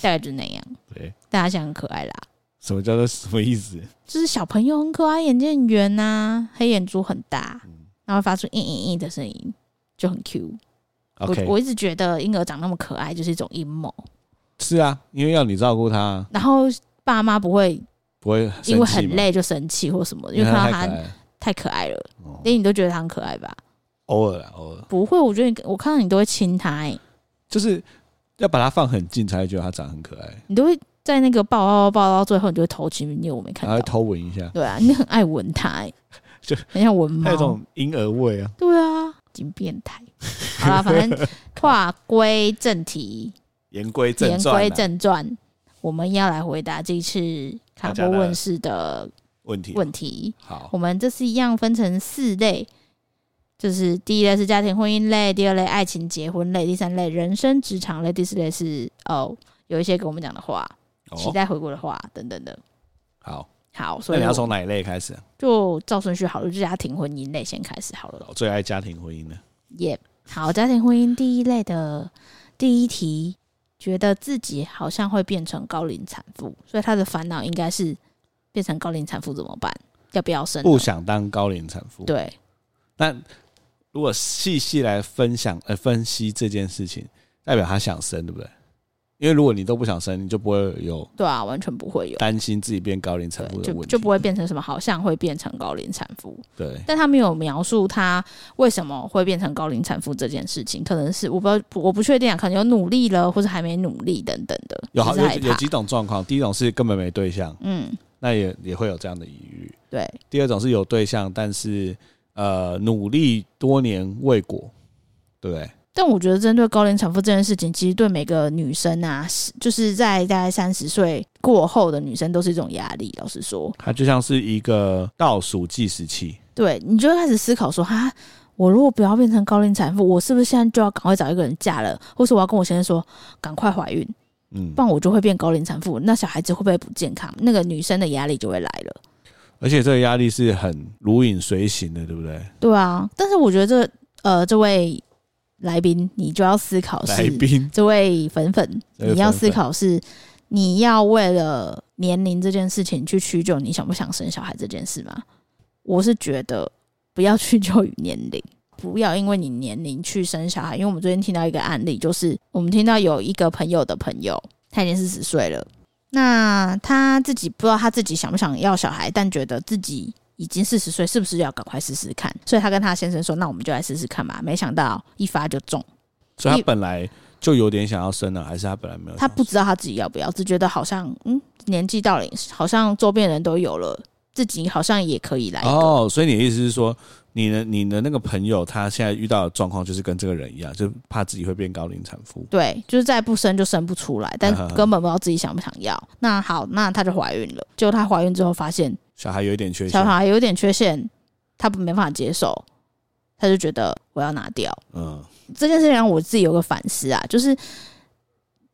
[SPEAKER 2] 大概就是那样。
[SPEAKER 1] 对，
[SPEAKER 2] 大家想很可爱啦，
[SPEAKER 1] 什么叫做什么意思？
[SPEAKER 2] 就是小朋友很可爱，眼睛很圆呐、黑眼珠很大，
[SPEAKER 1] 嗯
[SPEAKER 2] 然后发出嘤嘤嘤的声音，就很 Q。
[SPEAKER 1] OK，
[SPEAKER 2] 我我一直觉得婴儿长那么可爱就是一种阴谋。
[SPEAKER 1] 是啊，因为要你照顾它，
[SPEAKER 2] 然后爸妈不会
[SPEAKER 1] 不会
[SPEAKER 2] 因
[SPEAKER 1] 生
[SPEAKER 2] 为
[SPEAKER 1] 气
[SPEAKER 2] 很
[SPEAKER 1] 嘛，
[SPEAKER 2] 累就生气或什么，因
[SPEAKER 1] 因
[SPEAKER 2] 为
[SPEAKER 1] 为
[SPEAKER 2] 看
[SPEAKER 1] 它
[SPEAKER 2] 到
[SPEAKER 1] 太可爱了，
[SPEAKER 2] 他太可爱了，
[SPEAKER 1] 哦
[SPEAKER 2] 连你都觉得他很可爱吧？
[SPEAKER 1] 偶尔啦，偶尔
[SPEAKER 2] 不会，我觉得你我看到你都会亲他、欸，
[SPEAKER 1] 就是要把它放很近，才会觉得它长得很可爱，
[SPEAKER 2] 你都会在那个抱抱抱抱到最后，你就会头亲，因为我没看
[SPEAKER 1] 然后会。
[SPEAKER 2] 到
[SPEAKER 1] 偷闻一下，
[SPEAKER 2] 对啊，你很爱闻他、欸，
[SPEAKER 1] 哎 就
[SPEAKER 2] 很想闻
[SPEAKER 1] 它有一
[SPEAKER 2] 猫。
[SPEAKER 1] 种婴儿味啊。
[SPEAKER 2] 对啊，真变 态。好啦，反正话归正题，
[SPEAKER 1] 言归正
[SPEAKER 2] 言
[SPEAKER 1] 传、啊，
[SPEAKER 2] 归正传，我们要来回答这一次卡波问世的
[SPEAKER 1] 问题
[SPEAKER 2] 问题。
[SPEAKER 1] 好
[SPEAKER 2] 我们这次一样分成四类，就是第一类是家庭婚姻类，第二类爱情结婚类，第三类人生职场类，第四类是哦有一些跟我们讲的话，期
[SPEAKER 1] 哦，
[SPEAKER 2] 待回国的话等等的。
[SPEAKER 1] 好，
[SPEAKER 2] 好，所
[SPEAKER 1] 那
[SPEAKER 2] 以
[SPEAKER 1] 你要
[SPEAKER 2] 我
[SPEAKER 1] 从哪一类开始啊？
[SPEAKER 2] 就照顺序好了，就家庭婚姻类先开始好了。
[SPEAKER 1] 我最爱家庭婚姻的，
[SPEAKER 2] 耶、好，家庭婚姻第一类的第一题，觉得自己好像会变成高龄产妇，所以他的烦恼应该是变成高龄产妇怎么办？要不要生呢？
[SPEAKER 1] 不想当高龄产妇。
[SPEAKER 2] 对，
[SPEAKER 1] 那如果细细来分享呃分析这件事情，代表他想生，对不对？因为如果你都不想生，你就不会有
[SPEAKER 2] 对啊，完全不会有。
[SPEAKER 1] 担心自己变高龄产妇
[SPEAKER 2] 对，
[SPEAKER 1] 的
[SPEAKER 2] 就
[SPEAKER 1] 问题，
[SPEAKER 2] 就不会变成什么，好像会变成高龄产妇，
[SPEAKER 1] 对
[SPEAKER 2] 但他没有描述他为什么会变成高龄产妇这件事情，可能是我不知道，我不确定啊，可能有努力了，或者还没努力等等的，
[SPEAKER 1] 有好
[SPEAKER 2] 就是
[SPEAKER 1] 有
[SPEAKER 2] 害
[SPEAKER 1] 有
[SPEAKER 2] 怕
[SPEAKER 1] 几，种状况，第一种是根本没对象，
[SPEAKER 2] 嗯，
[SPEAKER 1] 那也也会有这样的疑虑；
[SPEAKER 2] 对，
[SPEAKER 1] 第二种是有对象，但是呃努力多年未果，对不对？
[SPEAKER 2] 但我觉得针对高龄产妇这件事情，其实对每个女生啊，是就是在大概三十岁过后的女生都是一种压力。老实说，
[SPEAKER 1] 它就像是一个倒数计时器，
[SPEAKER 2] 对，你就会开始思考说，哈，我如果不要变成高龄产妇，我是不是现在就要赶快找一个人嫁了，或是我要跟我先生说，赶快怀孕，
[SPEAKER 1] 嗯
[SPEAKER 2] 不，然我就会变高龄产妇，那小孩子会不会不健康？那个女生的压力就会来了。
[SPEAKER 1] 而且这个压力是很如影随形的，对不对？
[SPEAKER 2] 对啊，但是我觉得这呃，这位来宾，你就要思考
[SPEAKER 1] 来
[SPEAKER 2] 是
[SPEAKER 1] 宾
[SPEAKER 2] 这位粉粉，
[SPEAKER 1] 这位
[SPEAKER 2] 你要
[SPEAKER 1] 粉粉
[SPEAKER 2] 思考是你要为了年龄这件事情去屈就你想不想生小孩这件事吗？我是觉得不要屈就于年龄，不要因为你年龄去生小孩，因为我们最近听到一个案例，就是我们听到有一个朋友的朋友，他已经四十岁了，那他自己不知道他自己想不想要小孩，但觉得自己已经四十岁，是不是要赶快试试看？所以他跟他先生说：“那我们就来试试看吧。”没想到一发就中，
[SPEAKER 1] 所以他本来就有点想要生了，还是他本来没有？
[SPEAKER 2] 他不，知道他自己要不要，只觉得好像嗯，年纪到了，好像周边人都有了，自己好像也可以来一个。
[SPEAKER 1] 哦，所以你的意思是说，你的你的那个朋友，他现在遇到的状况就是跟这个人一样，就怕自己会变高龄产妇。
[SPEAKER 2] 对，就是再不生就生不出来，
[SPEAKER 1] 嗯
[SPEAKER 2] 但根本不知道自己想不想要。那好，那她就怀孕了。结果她怀孕之后发现
[SPEAKER 1] 小孩有一点缺
[SPEAKER 2] 小
[SPEAKER 1] 陷，
[SPEAKER 2] 孩有点缺陷，她不没办法接受，她就觉得我要拿掉
[SPEAKER 1] 嗯，
[SPEAKER 2] 这件事情。让我自己有个反思啊，就是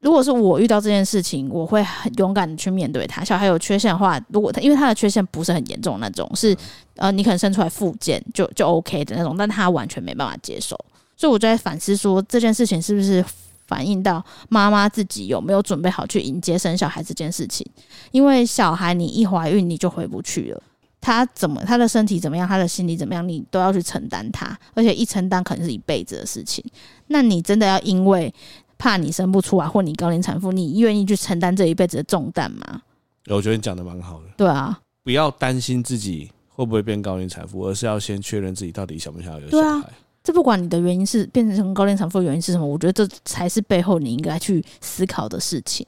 [SPEAKER 2] 如果是我遇到这件事情，我会很勇敢的去面对它。小孩有缺陷的话，如果他因为他的缺陷不是很严重的那种，是呃你可能生出来附件就就 OK 的那种，但他完全没办法接受，所以我就在反思说这件事情是不是反映到妈妈自己有没有准备好去迎接生小孩这件事情，因为小孩你一怀孕你就回不去了。他怎么，他的身体怎么样，他的心理怎么样，你都要去承担他，而且一承担可能是一辈子的事情。那你真的要因为怕你生不出来，或你高龄产妇，你愿意去承担这一辈子的重担吗？
[SPEAKER 1] 我觉得你讲的蛮好的，
[SPEAKER 2] 对啊，
[SPEAKER 1] 不要担心自己会不会变高龄产妇，而是要先确认自己到底想不想要有小
[SPEAKER 2] 对啊
[SPEAKER 1] 孩。哎
[SPEAKER 2] 这不管你的原因是变成高龄产妇的原因是什么，我觉得这才是背后你应该去思考的事情。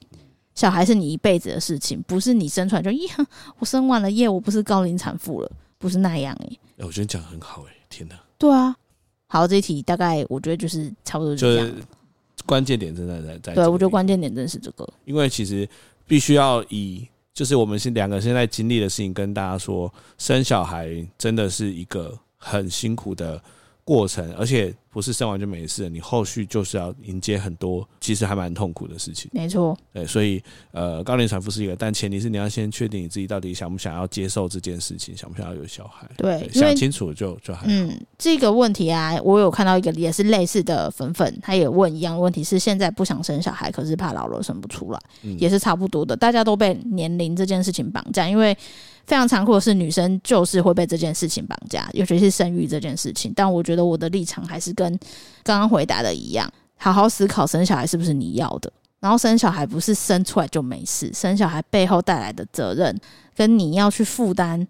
[SPEAKER 2] 小孩是你一辈子的事情，不是你生出来就呀，我生完了耶，我不是高龄产妇了，不是那样诶、欸
[SPEAKER 1] 哎我觉得你讲得很好、哎，天哪！
[SPEAKER 2] 对啊，好，这一题大概我觉得就是差不多
[SPEAKER 1] 就
[SPEAKER 2] 嗯就这
[SPEAKER 1] 是
[SPEAKER 2] 样。
[SPEAKER 1] 关键点真的在在这
[SPEAKER 2] 对，
[SPEAKER 1] 个
[SPEAKER 2] 我觉得
[SPEAKER 1] 地方
[SPEAKER 2] 关键点真的是这个。
[SPEAKER 1] 因为其实必须要以就是我们是两个现在经历的事情跟大家说，生小孩真的是一个很辛苦的过程，而且不是生完就没事了，你后续就是要迎接很多其实还蛮痛苦的事情。
[SPEAKER 2] 没错，
[SPEAKER 1] 对，所以呃，高龄产妇是一个，但前提是你要先确定你自己到底想不想要接受这件事情，想不想要有小孩。
[SPEAKER 2] 对因为
[SPEAKER 1] 想清楚就就还好。
[SPEAKER 2] 嗯，这个问题啊，我有看到一个也是类似的粉粉，他也问一样的问题，是现在不想生小孩，可是怕老了生不出来，
[SPEAKER 1] 嗯
[SPEAKER 2] 也是差不多的。大家都被年龄这件事情绑架，因为非常残酷的是，女生就是会被这件事情绑架，尤其是生育这件事情。但我觉得我的立场还是跟刚刚回答的一样，好好思考生小孩是不是你要的。然后生小孩不是生出来就没事，生小孩背后带来的责任跟你要去负担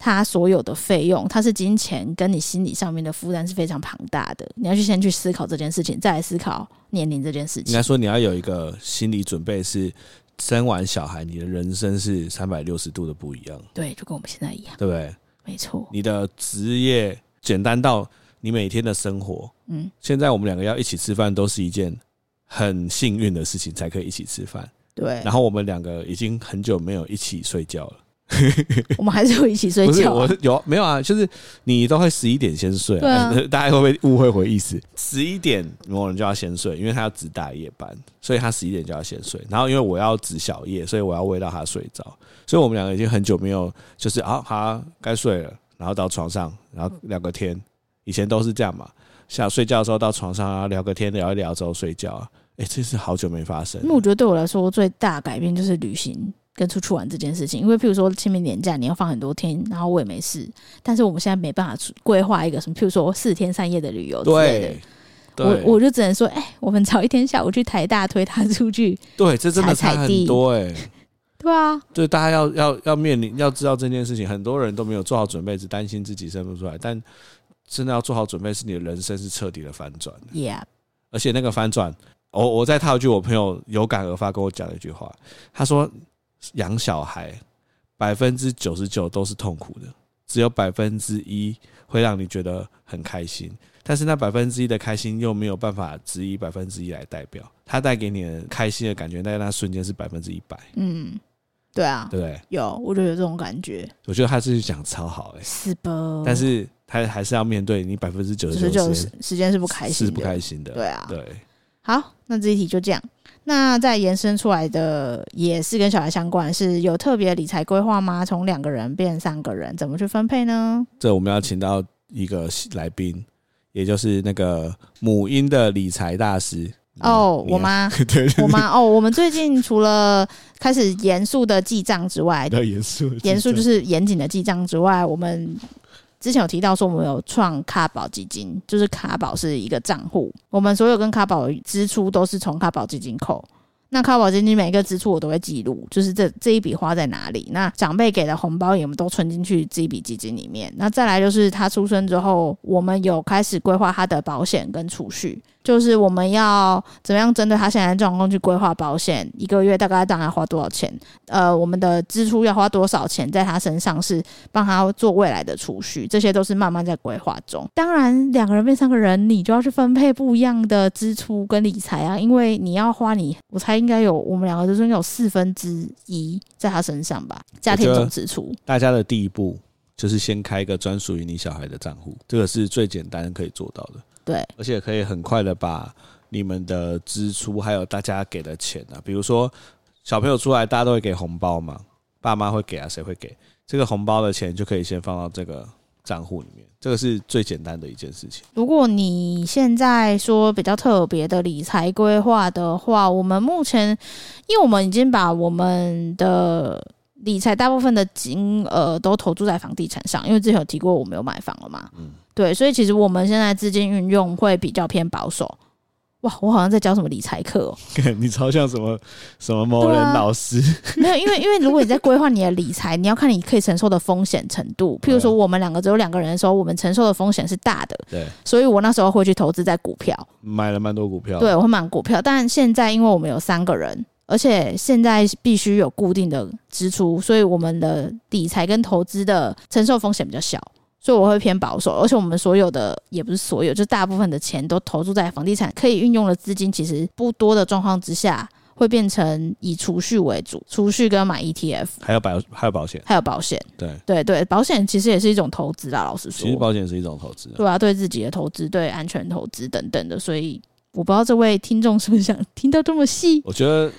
[SPEAKER 2] 他所有的费用，它是金钱跟你心理上面的负担是非常庞大的。你要去先去思考这件事情，再来思考年龄这件事
[SPEAKER 1] 应
[SPEAKER 2] 情
[SPEAKER 1] 该。说你要有一个心理准备，是生完小孩，你的人生是三百六十度的不一样，
[SPEAKER 2] 对，就跟我们现在一样，
[SPEAKER 1] 对不对？
[SPEAKER 2] 没错。
[SPEAKER 1] 你的职业简单到你每天的生活。
[SPEAKER 2] 嗯，
[SPEAKER 1] 现在我们两个要一起吃饭，都是一件很幸运的事情，才可以一起吃饭。
[SPEAKER 2] 对
[SPEAKER 1] 然，后我们两个已经很久没有一起睡觉了，
[SPEAKER 2] 我们还是会一起睡
[SPEAKER 1] 不是？
[SPEAKER 2] 觉啊、
[SPEAKER 1] 我是有没有啊？就是你都会十一点先睡、
[SPEAKER 2] 对啊
[SPEAKER 1] 大家会不会误会我意思？十一点某人就要先睡，因为他要值大夜班，所以他十一点就要先睡。然后因为我要值小夜，所以我要喂到他睡着。所以我们两个已经很久没有，就是啊，好啊该睡了，然后到床上，然后聊个天。以前都是这样嘛，想睡觉的时候到床上啊，聊个天，聊一聊之后睡觉、啊。哎、这是好久没发生了。
[SPEAKER 2] 因为我觉得对我来说最大的改变就是旅行跟出去玩这件事情。因为譬如说清明年假你要放很多天，然后我也没事，但是我们现在没办法出规划一个什么，譬如说四天三夜的旅游之类的
[SPEAKER 1] 对。，对
[SPEAKER 2] 我我就只能说，哎、我们早一天下午去台大推他出去，
[SPEAKER 1] 对，这真的
[SPEAKER 2] 踩
[SPEAKER 1] 差
[SPEAKER 2] 踩地
[SPEAKER 1] 很多哎、
[SPEAKER 2] 对啊，
[SPEAKER 1] 对，大家要要要面临，要知道这件事情，很多人都没有做好准备，只担心自己生不出来。但真的要做好准备，是你的人生是彻底的反转，
[SPEAKER 2] 也、
[SPEAKER 1] 而且那个反转，我我再套一句我朋友有感而发跟我讲的一句话，他说养小孩百分之九十九都是痛苦的，只有百分之一会让你觉得很开心，但是那百分之一的开心又没有办法只以百分之一来代表，它带给你的开心的感觉，在那瞬间是百分之一百，
[SPEAKER 2] 嗯，对啊，
[SPEAKER 1] 对不对？
[SPEAKER 2] 有，我就有这种感觉，
[SPEAKER 1] 我觉得他自己讲超好哎、欸
[SPEAKER 2] 是吧？
[SPEAKER 1] 但是他还是要面对你百分之九
[SPEAKER 2] 就
[SPEAKER 1] 十
[SPEAKER 2] 是
[SPEAKER 1] 九
[SPEAKER 2] 就是时间是不开心
[SPEAKER 1] 是
[SPEAKER 2] 的，
[SPEAKER 1] 不开心的，
[SPEAKER 2] 对啊，
[SPEAKER 1] 对，
[SPEAKER 2] 好，那这一题就这样。那再延伸出来的也是跟小孩相关，是有特别理财规划吗？从两个人变三个人，怎么去分配呢？
[SPEAKER 1] 这我们要请到一个来宾，也就是那个母婴的理财大师
[SPEAKER 2] 哦，我，妈，我妈哦，我们最近除了开始严肃的记账之 外
[SPEAKER 1] 比，较严肃，
[SPEAKER 2] 严肃就是严谨的记账之外，我们之前有提到说我们有创卡宝基金，就是卡宝是一个账户，我们所有跟卡宝支出都是从卡宝基金扣。那卡宝基金每一个支出我都会记录，就是这这一笔花在哪里。那长辈给的红包也我们都存进去这一笔基金里面。那再来就是他出生之后，我们有开始规划他的保险跟储蓄，就是我们要怎么样针对他现在的状况去规划保险，一个月大概大概花多少钱？呃，我们的支出要花多少钱在他身上是帮他做未来的储蓄，这些都是慢慢在规划中。当然，两个人变三个人，你就要去分配不一样的支出跟理财啊，因为你要花你，我猜应该有我们两个之中有四分之一在他身上吧，家庭总支出。
[SPEAKER 1] 大家的第一步就是先开一个专属于你小孩的账户，这个是最简单可以做到的，
[SPEAKER 2] 对，
[SPEAKER 1] 而且可以很快的把你们的支出还有大家给的钱啊，比如说小朋友出来，大家都会给红包嘛，爸妈会给啊，谁会给？这个红包的钱就可以先放到这个账户里面，这个是最简单的一件事情。
[SPEAKER 2] 如果你现在说比较特别的理财规划的话，我们目前，因为我们已经把我们的理财大部分的金额都投注在房地产上，因为之前有提过我们有买房了嘛，
[SPEAKER 1] 嗯
[SPEAKER 2] 对，所以其实我们现在资金运用会比较偏保守。哇，我好像在教什么理财课哦。
[SPEAKER 1] 你超像什么什么某人
[SPEAKER 2] 对啊
[SPEAKER 1] 老师，
[SPEAKER 2] 没有，因为因为如果你在规划你的理财，你要看你可以承受的风险程度。譬如说，
[SPEAKER 1] 对
[SPEAKER 2] 我们两个只有两个人的时候，我们承受的风险是大的，
[SPEAKER 1] 对，啊
[SPEAKER 2] 所以我那时候会去投资在股票。
[SPEAKER 1] 买了蛮多股票，
[SPEAKER 2] 对，我会买股票，但现在因为我们有三个人，而且现在必须有固定的支出，所以我们的理财跟投资的承受风险比较小，所以我会偏保守。而且我们所有的也不是所有，就大部分的钱都投注在房地产，可以运用的资金其实不多的状况之下，会变成以储蓄为主，储蓄跟买 ETF
[SPEAKER 1] 还有保还有保险，
[SPEAKER 2] 还有保险。
[SPEAKER 1] 对，
[SPEAKER 2] 对对，保险其实也是一种投资啦，老实说。
[SPEAKER 1] 其实保险是一种投资啊，
[SPEAKER 2] 对啊，对自己的投资、对安全投资等等的，所以我不知道这位听众是不是想听到这么细。
[SPEAKER 1] 我觉得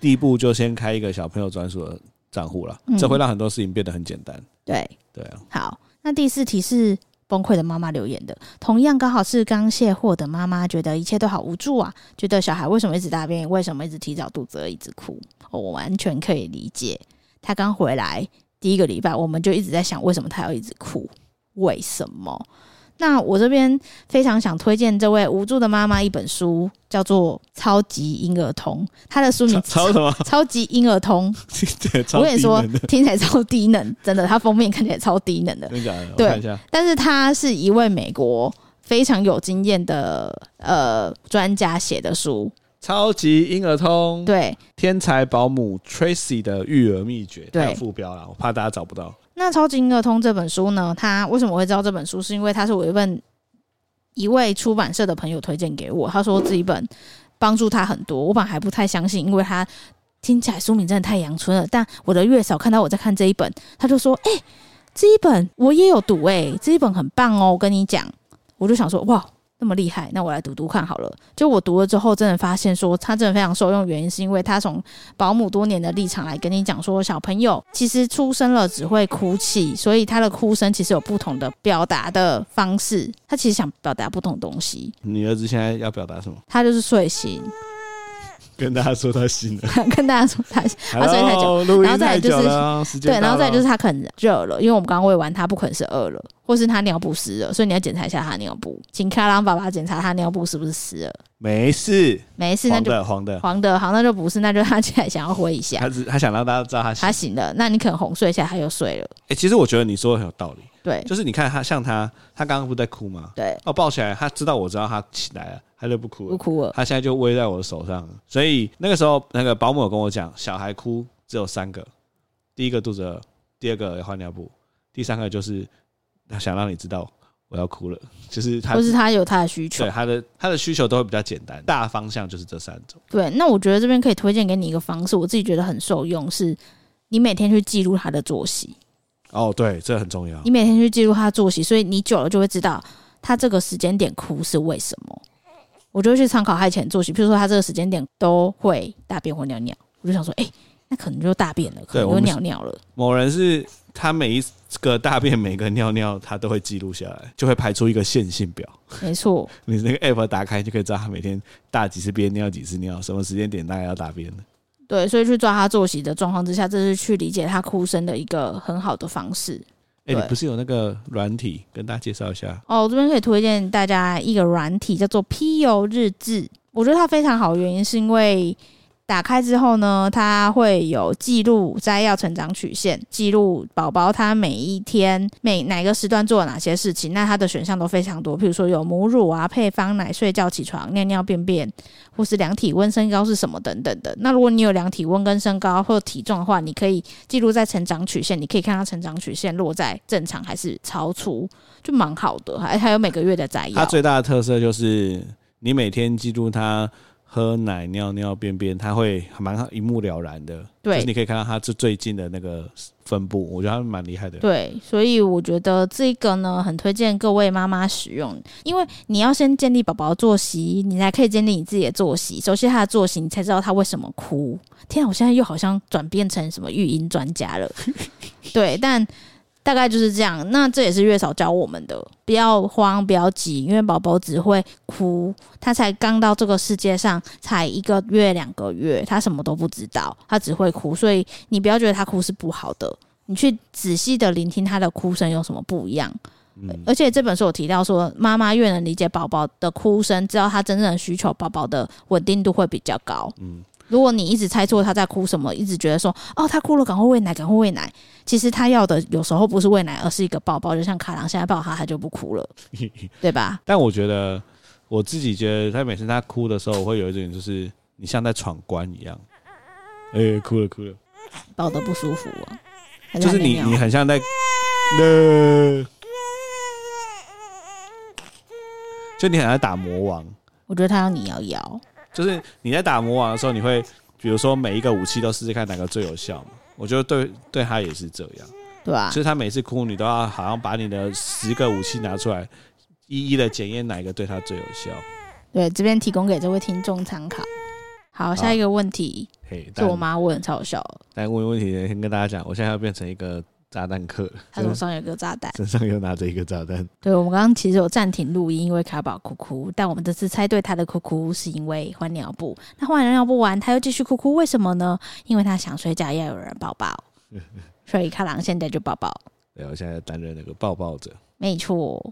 [SPEAKER 1] 第一步就先开一个小朋友专属的账户了，
[SPEAKER 2] 嗯
[SPEAKER 1] 这会让很多事情变得很简单。
[SPEAKER 2] 对，
[SPEAKER 1] 对 啊，
[SPEAKER 2] 好，那第四题是崩溃的妈妈留言的，同样刚好是刚卸货的妈妈，觉得一切都好无助啊，觉得小孩为什么一直大便，为什么一直提早肚子饿，一直哭，哦我完全可以理解。他刚回来第一个礼拜，我们就一直在想，为什么他要一直哭？为什么？那我这边非常想推荐这位无助的妈妈一本书，叫做《超级婴儿通》，它的书名
[SPEAKER 1] 超超什么？
[SPEAKER 2] 超级婴儿通》。
[SPEAKER 1] 对超
[SPEAKER 2] 我跟你
[SPEAKER 1] 低
[SPEAKER 2] 说
[SPEAKER 1] 能的，
[SPEAKER 2] 听起来超低能，真的，它封面看起来超低能的。
[SPEAKER 1] 真假的？我
[SPEAKER 2] 对
[SPEAKER 1] 看一下，
[SPEAKER 2] 但是他是一位美国非常有经验的呃专家写的书，
[SPEAKER 1] 超级婴儿通，
[SPEAKER 2] 对。
[SPEAKER 1] 天才保姆 Tracy 的育儿秘诀，
[SPEAKER 2] 对
[SPEAKER 1] 它有副标啦，我怕大家找不到。
[SPEAKER 2] 那《超级婴儿通》这本书呢，它为什么我会知道这本书？是因为它是我一份一位出版社的朋友推荐给我，他说这一本帮助他很多。我本来还不太相信，因为他听起来书名真的太阳春了。但我的月嫂看到我在看这一本，他就说：“哎、这一本我也有读、欸，哎，这一本很棒哦，我跟你讲。”我就想说：“哇。”那么厉害，那我来读读看好了。就我读了之后，真的发现说，它真的非常受用。原因是因为它从保姆多年的立场来跟你讲说，小朋友其实出生了只会哭泣，所以他的哭声其实有不同的表达的方式，他其实想表达不同东西。
[SPEAKER 1] 你儿子现在要表达什么？
[SPEAKER 2] 他就是睡醒，
[SPEAKER 1] 跟大家说他新的，
[SPEAKER 2] 跟大家说他
[SPEAKER 1] 他
[SPEAKER 2] 所以太久，
[SPEAKER 1] 录
[SPEAKER 2] 然后
[SPEAKER 1] 音
[SPEAKER 2] 再来
[SPEAKER 1] 太
[SPEAKER 2] 就是
[SPEAKER 1] 久了啊，时间
[SPEAKER 2] 对，然后
[SPEAKER 1] 到
[SPEAKER 2] 再
[SPEAKER 1] 了
[SPEAKER 2] 就是他可能热了，因为我们刚刚喂完他，不可能是饿了，或是他尿布湿了，所以你要检查一下他尿布，请卡郎爸爸检查他尿布是不是湿了。
[SPEAKER 1] 没事，
[SPEAKER 2] 没事，那
[SPEAKER 1] 黄
[SPEAKER 2] 就
[SPEAKER 1] 的黄的，
[SPEAKER 2] 黄的，好，那就不是，那就他起来想要挥 一下，
[SPEAKER 1] 他只他想让大家知道他新
[SPEAKER 2] 他。醒了，那你可能哄睡一下，他又睡了。
[SPEAKER 1] 哎，其实我觉得你说的很有道理，
[SPEAKER 2] 对
[SPEAKER 1] 就是你看他像他，他刚刚不是在哭吗？
[SPEAKER 2] 对，
[SPEAKER 1] 哦，抱起来，他知道我知道他起来了，他就不哭
[SPEAKER 2] 不
[SPEAKER 1] 了。
[SPEAKER 2] 哭了。
[SPEAKER 1] 他现在就偎在我的手上，所以那个时候那个保姆有跟我讲，小孩哭只有三个，第一个肚子饿，第二个要换尿布，第三个就是他想让你知道我要哭了，就是他
[SPEAKER 2] 或是他有他的需求
[SPEAKER 1] 对，他的他的需求都会比较简单，大方向就是这三种。
[SPEAKER 2] 对，那我觉得这边可以推荐给你一个方式，我自己觉得很受用，是你每天去记录他的作息，
[SPEAKER 1] 哦，对，这很重要
[SPEAKER 2] 你。每天去记录他的作息，所以你久了就会知道他这个时间点哭是为什么。我就会去参考他以前的作息，譬如说他这个时间点都会大便或尿尿，我就想说，哎、那可能就大便了，可能
[SPEAKER 1] 我
[SPEAKER 2] 就
[SPEAKER 1] 们
[SPEAKER 2] 尿尿了。
[SPEAKER 1] 某人是他每一个大便、每个尿尿，他都会记录下来，就会排出一个线性表。
[SPEAKER 2] 没错，
[SPEAKER 1] 你那个 app 打开就可以知道他每天大几次便、尿几次尿，什么时间点大概要大便了。
[SPEAKER 2] 对，所以去抓他作息的状况之下，这是去理解他哭声的一个很好的方式。
[SPEAKER 1] 哎、哎、
[SPEAKER 2] 对
[SPEAKER 1] 你不是有那个软体，跟大家介绍一下？
[SPEAKER 2] 哦，我这边可以推荐大家一个软体，叫做 P U 日志。我觉得它非常好，原因是因为打开之后呢，它会有记录摘要成长曲线，记录宝宝他每一天每哪个时段做了哪些事情。那它的选项都非常多，譬如说有母乳啊、配方奶、睡觉、起床、尿尿、便便，或是量体温、身高是什么等等的。那如果你有量体温跟身高或体重的话，你可以记录在成长曲线，你可以看到成长曲线落在正常还是超出。就蛮好的，还还有每个月的摘
[SPEAKER 1] 它
[SPEAKER 2] 要，
[SPEAKER 1] 最大的特色就是你每天记录它喝奶、尿尿、便便，它会蛮一目了然的。就是
[SPEAKER 2] 对
[SPEAKER 1] 你可以看到它最最近的那个分布，我觉得它蛮厉害的。
[SPEAKER 2] 对，所以我觉得这个呢，很推荐各位妈妈使用，因为你要先建立宝宝作息，你才可以建立你自己的作息。熟悉他的作息，你才知道他为什么哭。天啊，我现在又好像转变成什么育婴专家了，对，但。大概就是这样，那这也是月嫂教我们的，不要慌，不要急，因为宝宝只会哭，他才刚到这个世界上，才一个月两个月，他什么都不知道，他只会哭，所以你不要觉得他哭是不好的，你去仔细的聆听他的哭声有什么不一样。
[SPEAKER 1] 嗯
[SPEAKER 2] 而且这本书有提到说，妈妈越能理解宝宝的哭声，知道他真正的需求，宝宝的稳定度会比较高。
[SPEAKER 1] 嗯
[SPEAKER 2] 如果你一直猜错他在哭什么，一直觉得说哦他哭了，赶快喂奶，赶快喂奶，其实他要的有时候不是喂奶，而是一个抱抱，就像卡郎现在抱他，他就不哭 了，对吧？
[SPEAKER 1] 但我觉得我自己觉得，他每次他哭的时候，我会有一种就是你像在闯关一样。哎、哭了哭了，
[SPEAKER 2] 抱得不舒服啊，还
[SPEAKER 1] 就是
[SPEAKER 2] 他
[SPEAKER 1] 你
[SPEAKER 2] 尿
[SPEAKER 1] 你很像 在，呃就你很像在打魔王，
[SPEAKER 2] 我觉得他要你摇摇，
[SPEAKER 1] 就是你在打魔王的时候，你会比如说每一个武器都试试看哪个最有效嘛。我觉得对对他也是这样，
[SPEAKER 2] 对吧、
[SPEAKER 1] 就是他每次哭，你都要好像把你的十个武器拿出来，一一的检验哪一个对他最有效。
[SPEAKER 2] 对，这边提供给这位听众参考。好，下一个问题
[SPEAKER 1] 嘿，
[SPEAKER 2] 是
[SPEAKER 1] 但
[SPEAKER 2] 我妈问，超好笑的。
[SPEAKER 1] 但问问题先跟大家讲，我现在要变成一个炸弹客了，
[SPEAKER 2] 她手上有个炸弹。
[SPEAKER 1] 身上又拿着一个炸弹。
[SPEAKER 2] 对我们刚刚其实有暂停录音，因为卡宝哭哭，但我们这次猜对他的哭哭是因为换尿布。那换完尿布完，他又继续哭哭，为什么呢？因为他想睡觉，要有人 抱抱，所以卡郎现在就抱抱。
[SPEAKER 1] 对，我现在担任那个抱抱者。
[SPEAKER 2] 没错。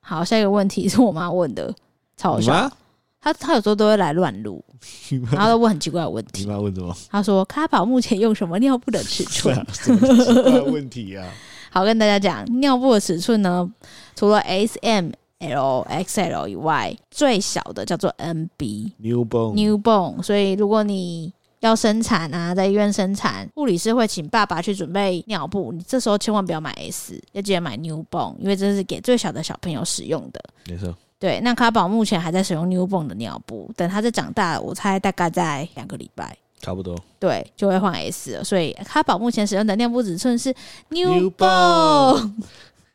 [SPEAKER 2] 好，下一个问题是我妈问的，超好
[SPEAKER 1] 你
[SPEAKER 2] 笑。啊
[SPEAKER 1] 妈，
[SPEAKER 2] 她她有时候都会来乱录，
[SPEAKER 1] 你妈
[SPEAKER 2] 然后都问很奇怪的问
[SPEAKER 1] 你
[SPEAKER 2] 题。
[SPEAKER 1] 妈问什么？
[SPEAKER 2] 她说：“卡宝目前用什么尿布的尺寸？”
[SPEAKER 1] 什么奇怪的问题 啊？
[SPEAKER 2] 好，跟大家讲，尿布的尺寸呢，除了 S、M、L、XL 以外，最小的叫做 NB
[SPEAKER 1] Newborn，
[SPEAKER 2] newborn，所以如果你要生产啊，在医院生产，护理师会请爸爸去准备尿布，你这时候千万不要买 S，要记得买 newborn，因为这是给最小的小朋友使用的。
[SPEAKER 1] 没错，
[SPEAKER 2] 对，那卡宝目前还在使用 newborn 的尿布，等他再长大，我猜大概在两个礼拜，
[SPEAKER 1] 差不多。
[SPEAKER 2] 对，就会换 S 了。所以卡宝目前使用的尿布尺寸是
[SPEAKER 1] Newborn
[SPEAKER 2] newborn。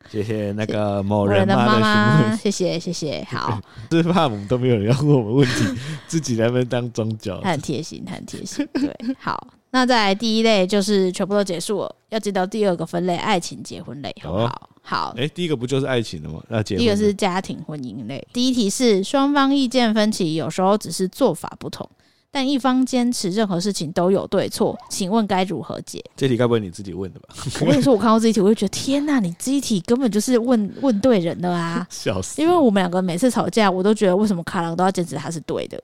[SPEAKER 1] 谢谢那个某
[SPEAKER 2] 我
[SPEAKER 1] 人
[SPEAKER 2] 的
[SPEAKER 1] 妈
[SPEAKER 2] 妈
[SPEAKER 1] 的询问
[SPEAKER 2] 妈，谢谢 谢谢，好，
[SPEAKER 1] 是怕我们都没有人要问我们问 题，自己在那边当庄脚
[SPEAKER 2] 他。很贴心，他很贴 心，对，好。那再来第一类就是全部都结束了，要进到第二个分类——爱情结婚类，好不好？好，
[SPEAKER 1] 哎、第一个不就是爱情的吗？那结婚
[SPEAKER 2] 第一个是家庭婚姻类。第一题是双方意见分歧，有时候只是做法不同，但一方坚持任何事情都有对错，请问该如何 解？
[SPEAKER 1] 这题，该不会你自己问的吧？
[SPEAKER 2] 我跟你说，我看到这一题，我就觉得天呐，你这一题根本就是问问对人了啊！
[SPEAKER 1] 笑死！
[SPEAKER 2] 因为我们两个每次吵架，我都觉得为什么卡郎都要坚持他是对的，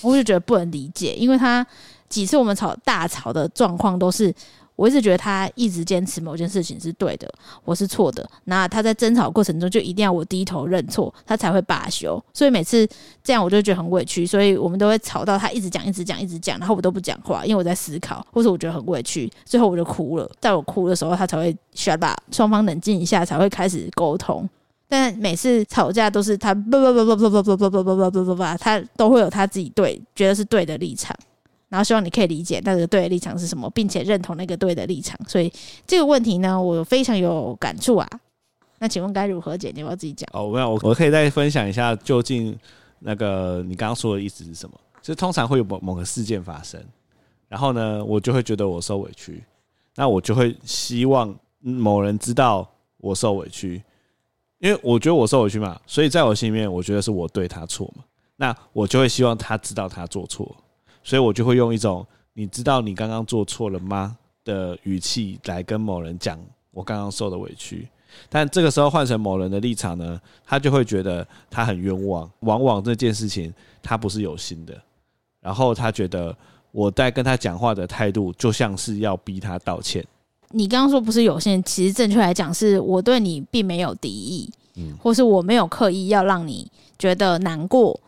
[SPEAKER 2] 我就觉得不能理解，因为他几次我们吵大吵的状况都是。我一直觉得他一直坚持某件事情是对的，我是错的。那他在争吵过程中就一定要我低头认错，他才会罢休。所以每次这样我就觉得很委屈，所以我们都会吵到他一直讲、一直讲、一直讲，然后我都不讲话，因为我在思考，或者我觉得很委屈，最后我就哭了。在我哭的时候，他才会 shut up，双方冷静一下才会开始沟通。但每次吵架都是他叭叭叭叭叭叭叭叭叭叭叭叭叭叭，他都会有他自己对觉得是对的立场，然后希望你可以理解那个对的立场是什么，并且认同那个对的立场。所以这个问题呢，我非常有感触啊。那请问该如何解？你要不要自己讲？
[SPEAKER 1] 哦，没有，我我可以再分享一下，究竟那个你刚刚说的意思是什么？就是通常会有某某个事件发生，然后呢，我就会觉得我受委屈，那我就会希望嗯某人知道我受委屈，因为我觉得我受委屈嘛，所以在我心里面，我觉得是我对他错嘛，那我就会希望他知道他做错，所以我就会用一种你知道你刚刚做错了吗的语气来跟某人讲我刚刚受的委屈，但这个时候换成某人的立场呢，他就会觉得他很冤枉，往往这件事情他不是有心的，然后他觉得我在跟他讲话的态度就像是要逼他道歉。
[SPEAKER 2] 你刚刚说不是有限，其实正确来讲是我对你并没有敌意，
[SPEAKER 1] 嗯
[SPEAKER 2] 或是我没有刻意要让你觉得难过，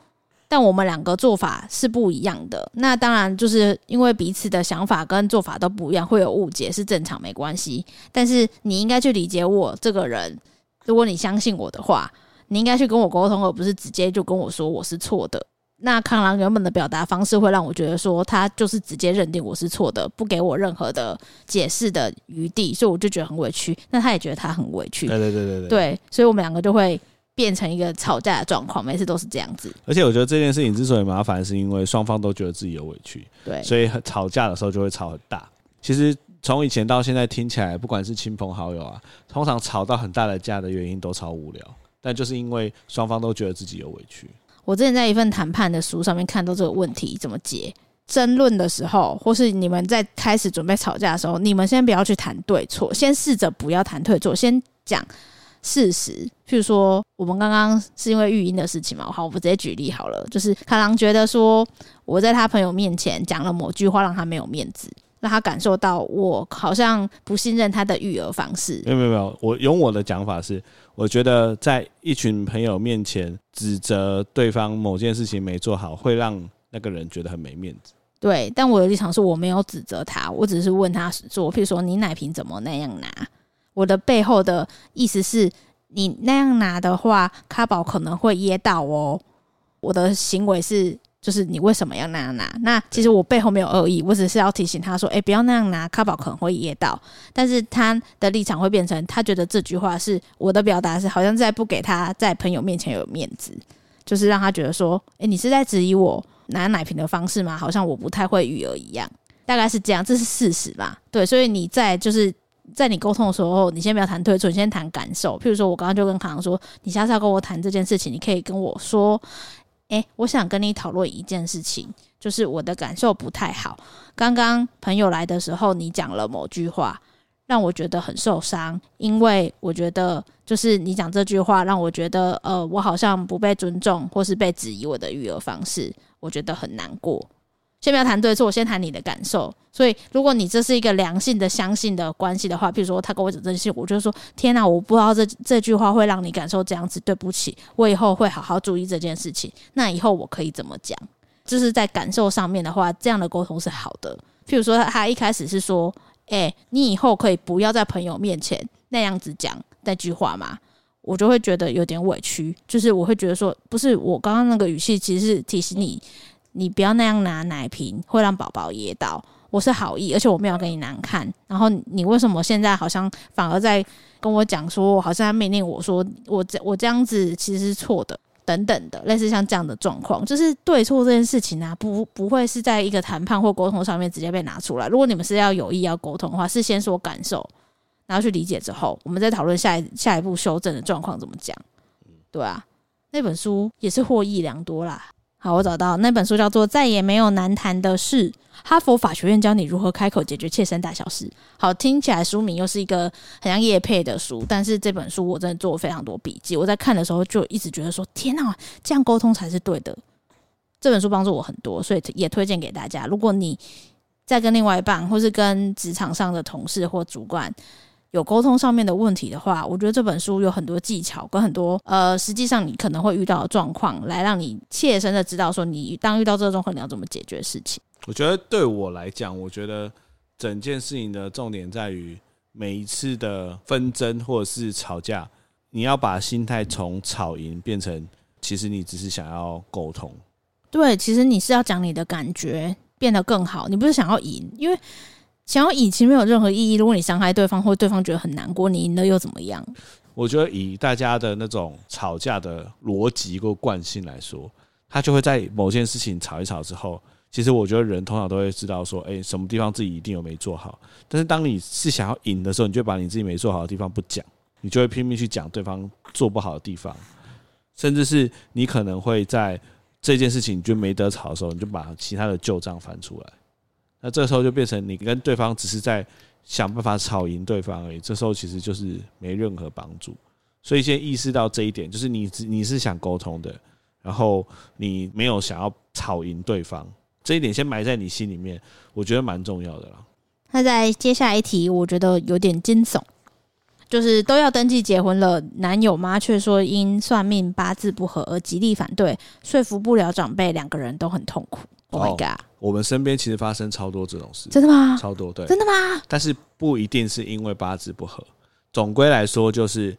[SPEAKER 2] 但我们两个做法是不一样的。那当然就是因为彼此的想法跟做法都不一样，会有误解是正常，没关系。但是你应该去理解我这个人，如果你相信我的话，你应该去跟我沟通，而不是直接就跟我说我是错的。那康郎原本的表达方式会让我觉得说，他就是直接认定我是错的，不给我任何的解释的余地，所以我就觉得很委屈。那他也觉得他很委屈
[SPEAKER 1] 对，对对对对。
[SPEAKER 2] 对，所以我们两个就会变成一个吵架的状况，每次都是这样子。
[SPEAKER 1] 而且我觉得这件事情之所以麻烦，是因为双方都觉得自己有委屈，
[SPEAKER 2] 对，
[SPEAKER 1] 所以吵架的时候就会吵很大。其实从以前到现在听起来，不管是亲朋好友啊，通常吵到很大的架的原因都超无聊，但就是因为双方都觉得自己有委屈。
[SPEAKER 2] 我之前在一份谈判的书上面看到这个问题怎么解。争论的时候，或是你们在开始准备吵架的时候，你们先不要去谈对错，先试着不要谈对错，先讲事实。譬如说，我们刚刚是因为育婴的事情嘛，好，我们直接举例好了，就是卡郎觉得说我在他朋友面前讲了某句话，让他没有面子，让他感受到我好像不信任他的育儿方式，
[SPEAKER 1] 没有没有没有，我用我的讲法是，我觉得在一群朋友面前指责对方某件事情没做好，会让那个人觉得很没面子。
[SPEAKER 2] 对，但我的立场是我没有指责他，我只是问他说，譬如说你奶瓶怎么那样拿？我的背后的意思是你那样拿的话，咖宝可能会噎到哦。我的行为是，就是你为什么要那样拿？那其实我背后没有恶意，我只是要提醒他说，诶，不要那样拿，咖宝可能会噎到。但是他的立场会变成，他觉得这句话是我的表达是，好像在不给他在朋友面前有面子，就是让他觉得说，诶，你是在质疑我拿奶瓶的方式吗？好像我不太会育儿一样，大概是这样，这是事实吧？对，所以你在就是在你沟通的时候，你先不要谈对错，你先谈感受。譬如说，我刚刚就跟康康说，你下次要跟我谈这件事情，你可以跟我说，诶，我想跟你讨论一件事情，就是我的感受不太好。刚刚朋友来的时候，你讲了某句话。让我觉得很受伤，因为我觉得就是你讲这句话，让我觉得呃，我好像不被尊重，或是被质疑我的育儿方式。我觉得很难过。先不要谈对错，我先谈你的感受。所以，如果你这是一个良性的、相信的关系的话，譬如说他跟我讲这些，我就说：“天哪、我不知道这这句话会让你感受这样子，对不起，我以后会好好注意这件事情。那以后我可以怎么讲？”就是在感受上面的话，这样的沟通是好的。譬如说，他一开始是说：“哎、你以后可以不要在朋友面前那样子讲那句话嘛。”我就会觉得有点委屈，就是我会觉得说，不是我刚刚那个语气，其实是提醒你你不要那样拿奶瓶，会让宝宝噎到。我是好意，而且我没有给你难看。然后你为什么现在好像反而在跟我讲说，好像在命令我说我这我这样子其实是错的，等等的，类似像这样的状况，就是对错这件事情啊，不不会是在一个谈判或沟通上面直接被拿出来。如果你们是要有意要沟通的话，是先说感受，然后去理解之后，我们再讨论下一下一步修正的状况怎么讲。对啊，那本书也是获益良多啦。好，我找到那本书叫做《再也没有难谈的事》，哈佛法学院教你如何开口解决切身大小事。好，听起来书名又是一个很像叶配的书，但是这本书我真的做了非常多笔记。我在看的时候就一直觉得说，天哪、这样沟通才是对的。这本书帮助我很多，所以也推荐给大家。如果你在跟另外一半，或是跟职场上的同事或主管有沟通上面的问题的话，我觉得这本书有很多技巧跟很多呃，实际上你可能会遇到的状况，来让你切身的知道说你当遇到这个状况你要怎么解决事情。
[SPEAKER 1] 我觉得对我来讲，我觉得整件事情的重点在于每一次的纷争或者是吵架，你要把心态从吵赢变成，其实你只是想要沟通。
[SPEAKER 2] 对，其实你是要讲你的感觉变得更好，你不是想要赢，因为想要赢其实没有任何意义。如果你伤害对方，或对方觉得很难过，你赢了又怎么样？
[SPEAKER 1] 我觉得以大家的那种吵架的逻辑或惯性来说，他就会在某件事情吵一吵之后，其实我觉得人通常都会知道说，哎、什么地方自己一定有没做好。但是当你是想要赢的时候，你就把你自己没做好的地方不讲，你就会拼命去讲对方做不好的地方，甚至是你可能会在这件事情就没得吵的时候，你就把其他的旧账翻出来。那这时候就变成你跟对方只是在想办法吵赢对方而已。这时候其实就是没任何帮助。所以先意识到这一点，就是你只你是想沟通的，然后你没有想要吵赢对方，这一点先埋在你心里面，我觉得蛮重要的啦。
[SPEAKER 2] 那在接下来一题，我觉得有点惊悚，就是都要登记结婚了，男友妈却说因算命八字不合而极力反对，说服不了长辈，两个人都很痛苦。Oh my
[SPEAKER 1] 哦
[SPEAKER 2] god！、
[SPEAKER 1] 我们身边其实发生超多这种事，
[SPEAKER 2] 真的吗？
[SPEAKER 1] 超多对，
[SPEAKER 2] 真的吗？
[SPEAKER 1] 但是不一定是因为八字不合。总归来说，就是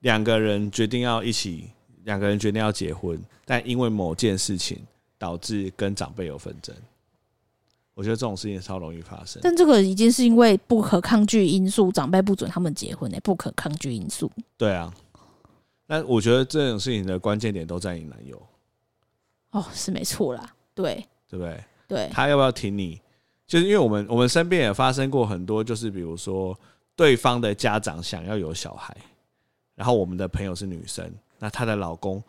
[SPEAKER 1] 两个人决定要一起，两个人决定要结婚，但因为某件事情导致跟长辈有纷争。我觉得这种事情超容易发生。
[SPEAKER 2] 但这个已经是因为不可抗拒因素，长辈不准他们结婚呢、不可抗拒因素。
[SPEAKER 1] 对啊，那我觉得这种事情的关键点都在你男友，
[SPEAKER 2] 哦，是没错啦，对
[SPEAKER 1] 对不对？
[SPEAKER 2] 对，
[SPEAKER 1] 他要不要挺你？就是因为我们我们身边也发生过很多，就是比如说对方的家长想要有小孩，然后我们的朋友是女生，那她的老公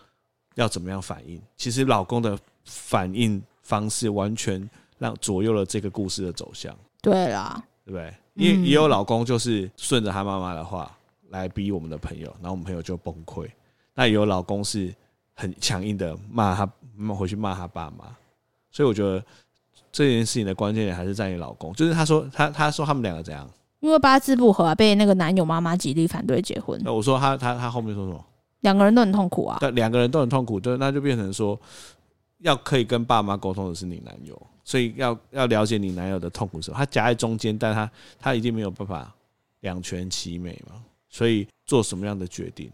[SPEAKER 1] 要怎么样反应？其实老公的反应方式完全让左右了这个故事的走向，
[SPEAKER 2] 对啦，
[SPEAKER 1] 对不对？因为
[SPEAKER 2] 嗯
[SPEAKER 1] 也有老公就是顺着他妈妈的话来逼我们的朋友，然后我们朋友就崩溃。那也有老公是很强硬的骂他，骂回去骂他爸妈。所以我觉得这件事情的关键点还是在你老公，就是他说他他说他们两个怎样？
[SPEAKER 2] 因为八字不合、啊，被那个男友妈妈极力反对结婚，
[SPEAKER 1] 那我说他他他后面说什么？
[SPEAKER 2] 两个人都很痛苦啊。
[SPEAKER 1] 但两个人都很痛苦，对，那就变成说要可以跟爸妈沟通的是你男友，所以要要了解你男友的痛苦是什么。他夹在中间，但他他一定没有办法两全其美嘛，所以做什么样的决定，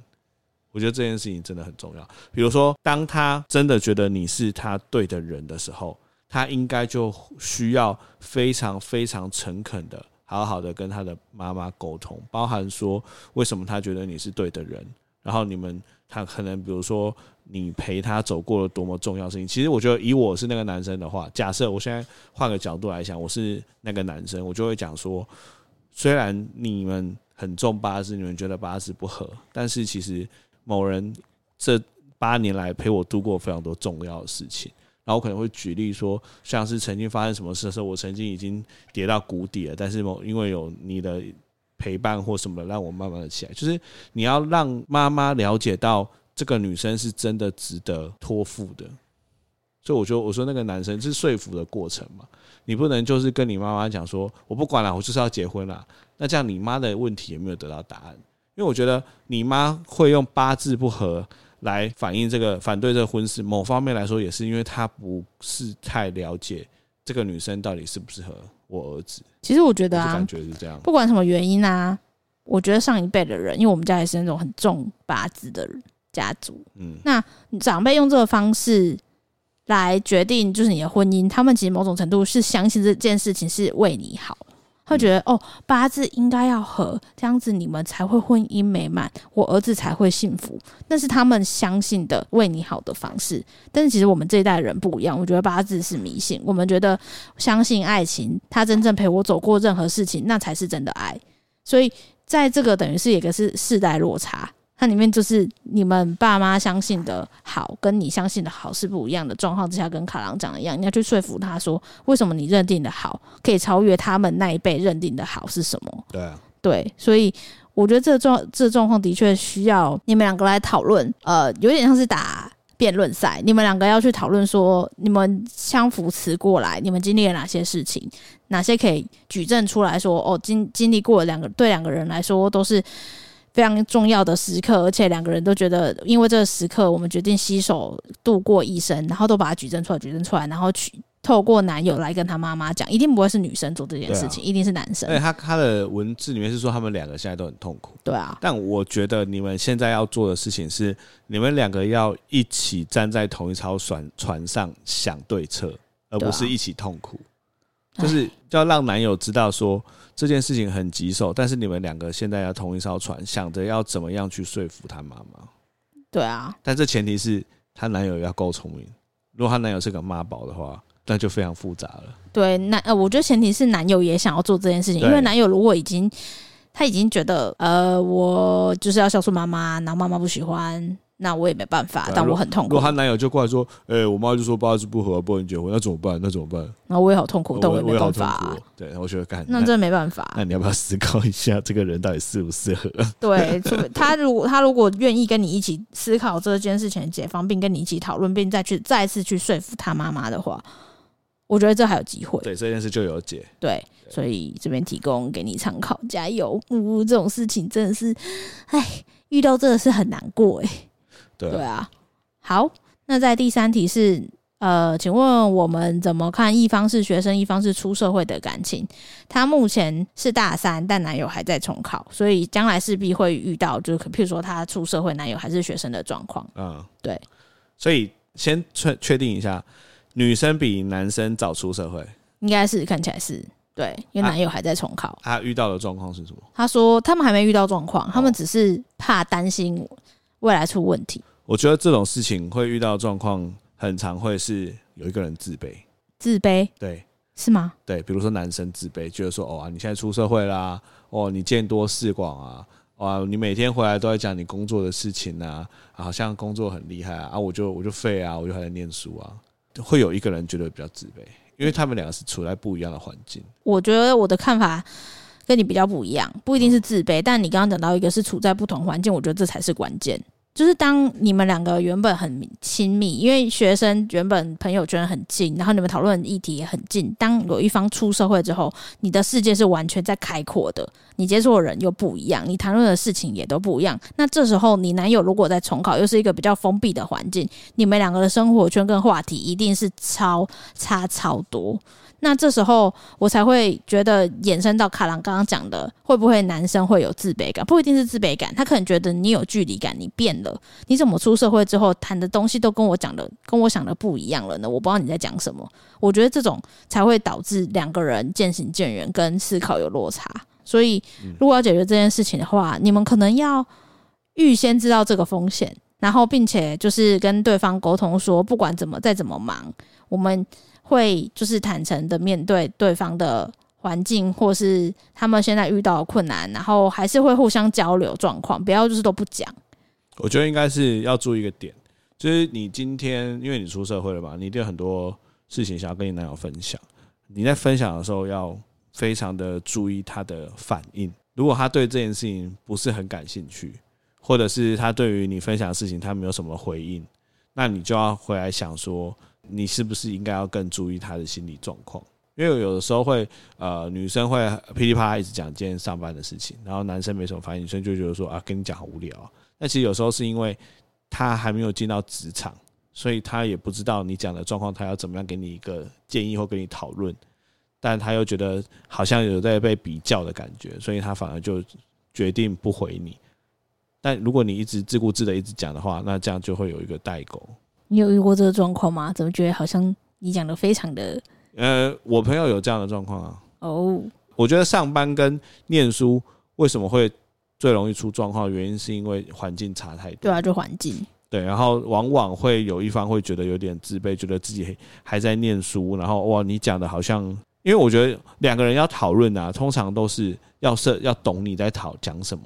[SPEAKER 1] 我觉得这件事情真的很重要。比如说，当他真的觉得你是他对的人的时候，他应该就需要非常非常诚恳的。好好的跟他的妈妈沟通，包含说为什么他觉得你是对的人，然后你们他可能比如说你陪他走过了多么重要的事情。其实我觉得，以我是那个男生的话，假设我现在换个角度来想，我是那个男生，我就会讲说，虽然你们很重八字，你们觉得八字不合，但是其实某人这八年来陪我度过非常多重要的事情。然后我可能会举例说，像是曾经发生什么事的时候，我曾经已经跌到谷底了，但是某因为有你的陪伴或什么的，让我慢慢的起来。就是你要让妈妈了解到这个女生是真的值得托付的。所以我觉得，我说那个男生是说服的过程嘛，你不能就是跟你妈妈讲说，我不管了，我就是要结婚啦。那这样你妈的问题也没有得到答案，因为我觉得你妈会用八字不合来反映这个反对这个婚事，某方面来说也是因为她不是太了解这个女生到底适不适合我儿子，
[SPEAKER 2] 其实我觉
[SPEAKER 1] 我
[SPEAKER 2] 得
[SPEAKER 1] 就
[SPEAKER 2] 啊，
[SPEAKER 1] 感觉是这样。
[SPEAKER 2] 不管什么原因啊，我觉得上一辈的人，因为我们家也是那种很重八字的人家族，
[SPEAKER 1] 嗯，
[SPEAKER 2] 长辈用这个方式来决定就是你的婚姻，他们其实某种程度是相信这件事情是为你好，他会觉得、
[SPEAKER 1] 嗯
[SPEAKER 2] 哦八字应该要合，这样子你们才会婚姻美满，我儿子才会幸福，那是他们相信的为你好的方式。但是其实我们这一代人不一样，我觉得八字是迷信，我们觉得相信爱情，他真正陪我走过任何事情，那才是真的爱。所以在这个等于是一个是世代落差，它里面就是你们爸妈相信的好跟你相信的好是不一样的状况之下，跟卡郎讲的一样，你要去说服他说，为什么你认定的好可以超越他们那一辈认定的好是什么？
[SPEAKER 1] 对啊，
[SPEAKER 2] 对，所以我觉得这状这状况的确需要你们两个来讨论，呃，有点像是打辩论赛，你们两个要去讨论说你们相扶持过来，你们经历了哪些事情，哪些可以举证出来说，哦，经经历过两个对两个人来说都是。非常重要的时刻，而且两个人都觉得，因为这个时刻，我们决定携手度过一生，然后都把它举证出来，举证出来，然后去透过男友来跟他妈妈讲，一定不会是女生做这件
[SPEAKER 1] 对啊
[SPEAKER 2] 事情，一定是男生
[SPEAKER 1] 而，且他他的文字里面是说他们两个现在都很痛苦。
[SPEAKER 2] 对啊，
[SPEAKER 1] 但我觉得你们现在要做的事情是，你们两个要一起站在同一艘船船上想对策，而
[SPEAKER 2] 对啊
[SPEAKER 1] 不是一起痛苦。
[SPEAKER 2] 唉
[SPEAKER 1] 就是要让男友知道说这件事情很棘手，但是你们两个现在要同一艘船，想着要怎么样去说服他妈妈。
[SPEAKER 2] 对啊，
[SPEAKER 1] 但这前提是她男友要够聪明。如果她男友是个妈宝的话，那就非常复杂了。
[SPEAKER 2] 对，男呃，我觉得前提是男友也想要做这件事情，因
[SPEAKER 1] 对
[SPEAKER 2] 为男友如果已经他已经觉得呃，我就是要孝顺妈妈，然后妈妈不喜欢，那我也没办法
[SPEAKER 1] 对啊，
[SPEAKER 2] 但我很痛
[SPEAKER 1] 如
[SPEAKER 2] 苦
[SPEAKER 1] 果，她男友就过来说：“哎、我妈就说八字不合，不能结婚，那怎么办？那怎么办？”
[SPEAKER 2] 然后我也好痛苦，但
[SPEAKER 1] 我
[SPEAKER 2] 也没
[SPEAKER 1] 也好
[SPEAKER 2] 办
[SPEAKER 1] 痛
[SPEAKER 2] 法
[SPEAKER 1] 苦哎
[SPEAKER 2] 啊、
[SPEAKER 1] 哦。对，然后我觉得干，
[SPEAKER 2] 那真的没办法啊、
[SPEAKER 1] 那你要不要思考一下，这个人到底适不适合？
[SPEAKER 2] 对，除非他如果他如果愿意跟你一起思考这件事情的解方，并跟你一起讨论，并再去再次去说服他妈妈的话，我觉得这还有机 会。
[SPEAKER 1] 对，这件事就有解。
[SPEAKER 2] 对，所以这边提供给你参考，加油！呜、这种事情真的是，哎，遇到真的是很难过哎、
[SPEAKER 1] 对啊
[SPEAKER 2] 对啊，好，那在第三题是。呃，请问我们怎么看一方是学生，一方是出社会的感情？她目前是大三，但男友还在重考，所以将来势必会遇到，就是譬如说她出社会，男友还是学生的状况。
[SPEAKER 1] 嗯，
[SPEAKER 2] 对。
[SPEAKER 1] 所以先确确定一下，女生比男生早出社会，
[SPEAKER 2] 应该是看起来是对，因为
[SPEAKER 1] 啊
[SPEAKER 2] 男友还在重考。
[SPEAKER 1] 她遇到的状况是什么？
[SPEAKER 2] 他说他们还没遇到状况，他们
[SPEAKER 1] 哦
[SPEAKER 2] 只是怕担心未来出问题，
[SPEAKER 1] 我觉得这种事情会遇到的状况，很常会是有一个人自卑。
[SPEAKER 2] 自卑
[SPEAKER 1] 对
[SPEAKER 2] 是吗？
[SPEAKER 1] 对，比如说男生自卑，觉得说哦啊，你现在出社会啦，哦，你见多识广啊。哇，你每天回来都在讲你工作的事情啊，啊好像工作很厉害啊，啊我就我就废啊，我就还在念书啊，会有一个人觉得比较自卑，因为他们两个是处在不一样的环境。
[SPEAKER 2] 我觉得我的看法跟你比较不一样，不一定是自卑，但你刚刚讲到一个是处在不同环境，我觉得这才是关键。就是当你们两个原本很亲密，因为学生原本朋友圈很近，然后你们讨论议题也很近。当有一方出社会之后，你的世界是完全在开阔的，你接触的人又不一样，你谈论的事情也都不一样。那这时候，你男友如果在重考，又是一个比较封闭的环境，你们两个的生活圈跟话题一定是超差超多。那这时候，我才会觉得衍生到卡郎刚刚讲的，会不会男生会有自卑感？不一定是自卑感，他可能觉得你有距离感，你变了，你怎么出社会之后谈的东西都跟我讲的跟我想的不一样了呢？我不知道你在讲什么。我觉得这种才会导致两个人渐行渐远，跟思考有落差。所以，如果要解决这件事情的话，你们可能要预先知道这个风险，然后并且就是跟对方沟通说，不管怎么再怎么忙，我们会就是坦诚的面对对方的环境，或是他们现在遇到的困难，然后还是会互相交流状况，不要就是都不讲。
[SPEAKER 1] 我觉得应该是要注意一个点，就是你今天因为你出社会了嘛，你一定有很多事情想要跟你男友分享。你在分享的时候要非常的注意他的反应。如果他对这件事情不是很感兴趣，或者是他对于你分享的事情他没有什么回应，那你就要回来想说，你是不是应该要更注意他的心理状况？因为有的时候会，呃，女生会噼里啪啦一直讲今天上班的事情，然后男生没什么反应，女生就觉得说啊，跟你讲好无聊啊、那其实有时候是因为他还没有进到职场，所以他也不知道你讲的状况，他要怎么样给你一个建议或跟你讨论，但他又觉得好像有在被比较的感觉，所以他反而就决定不回你。但如果你一直自顾自的一直讲的话，那这样就会有一个代沟。
[SPEAKER 2] 你有遇过这个状况吗？怎么觉得好像你讲的非常的
[SPEAKER 1] 呃，我朋友有这样的状况啊，
[SPEAKER 2] 哦？
[SPEAKER 1] 我觉得上班跟念书为什么会最容易出状况，原因是因为环境差太多。
[SPEAKER 2] 对啊，就环境，
[SPEAKER 1] 对，然后往往会有一方会觉得有点自卑，觉得自己还在念书，然后哇，你讲的好像，因为我觉得两个人要讨论啊，通常都是要是要懂你在讨讲什么。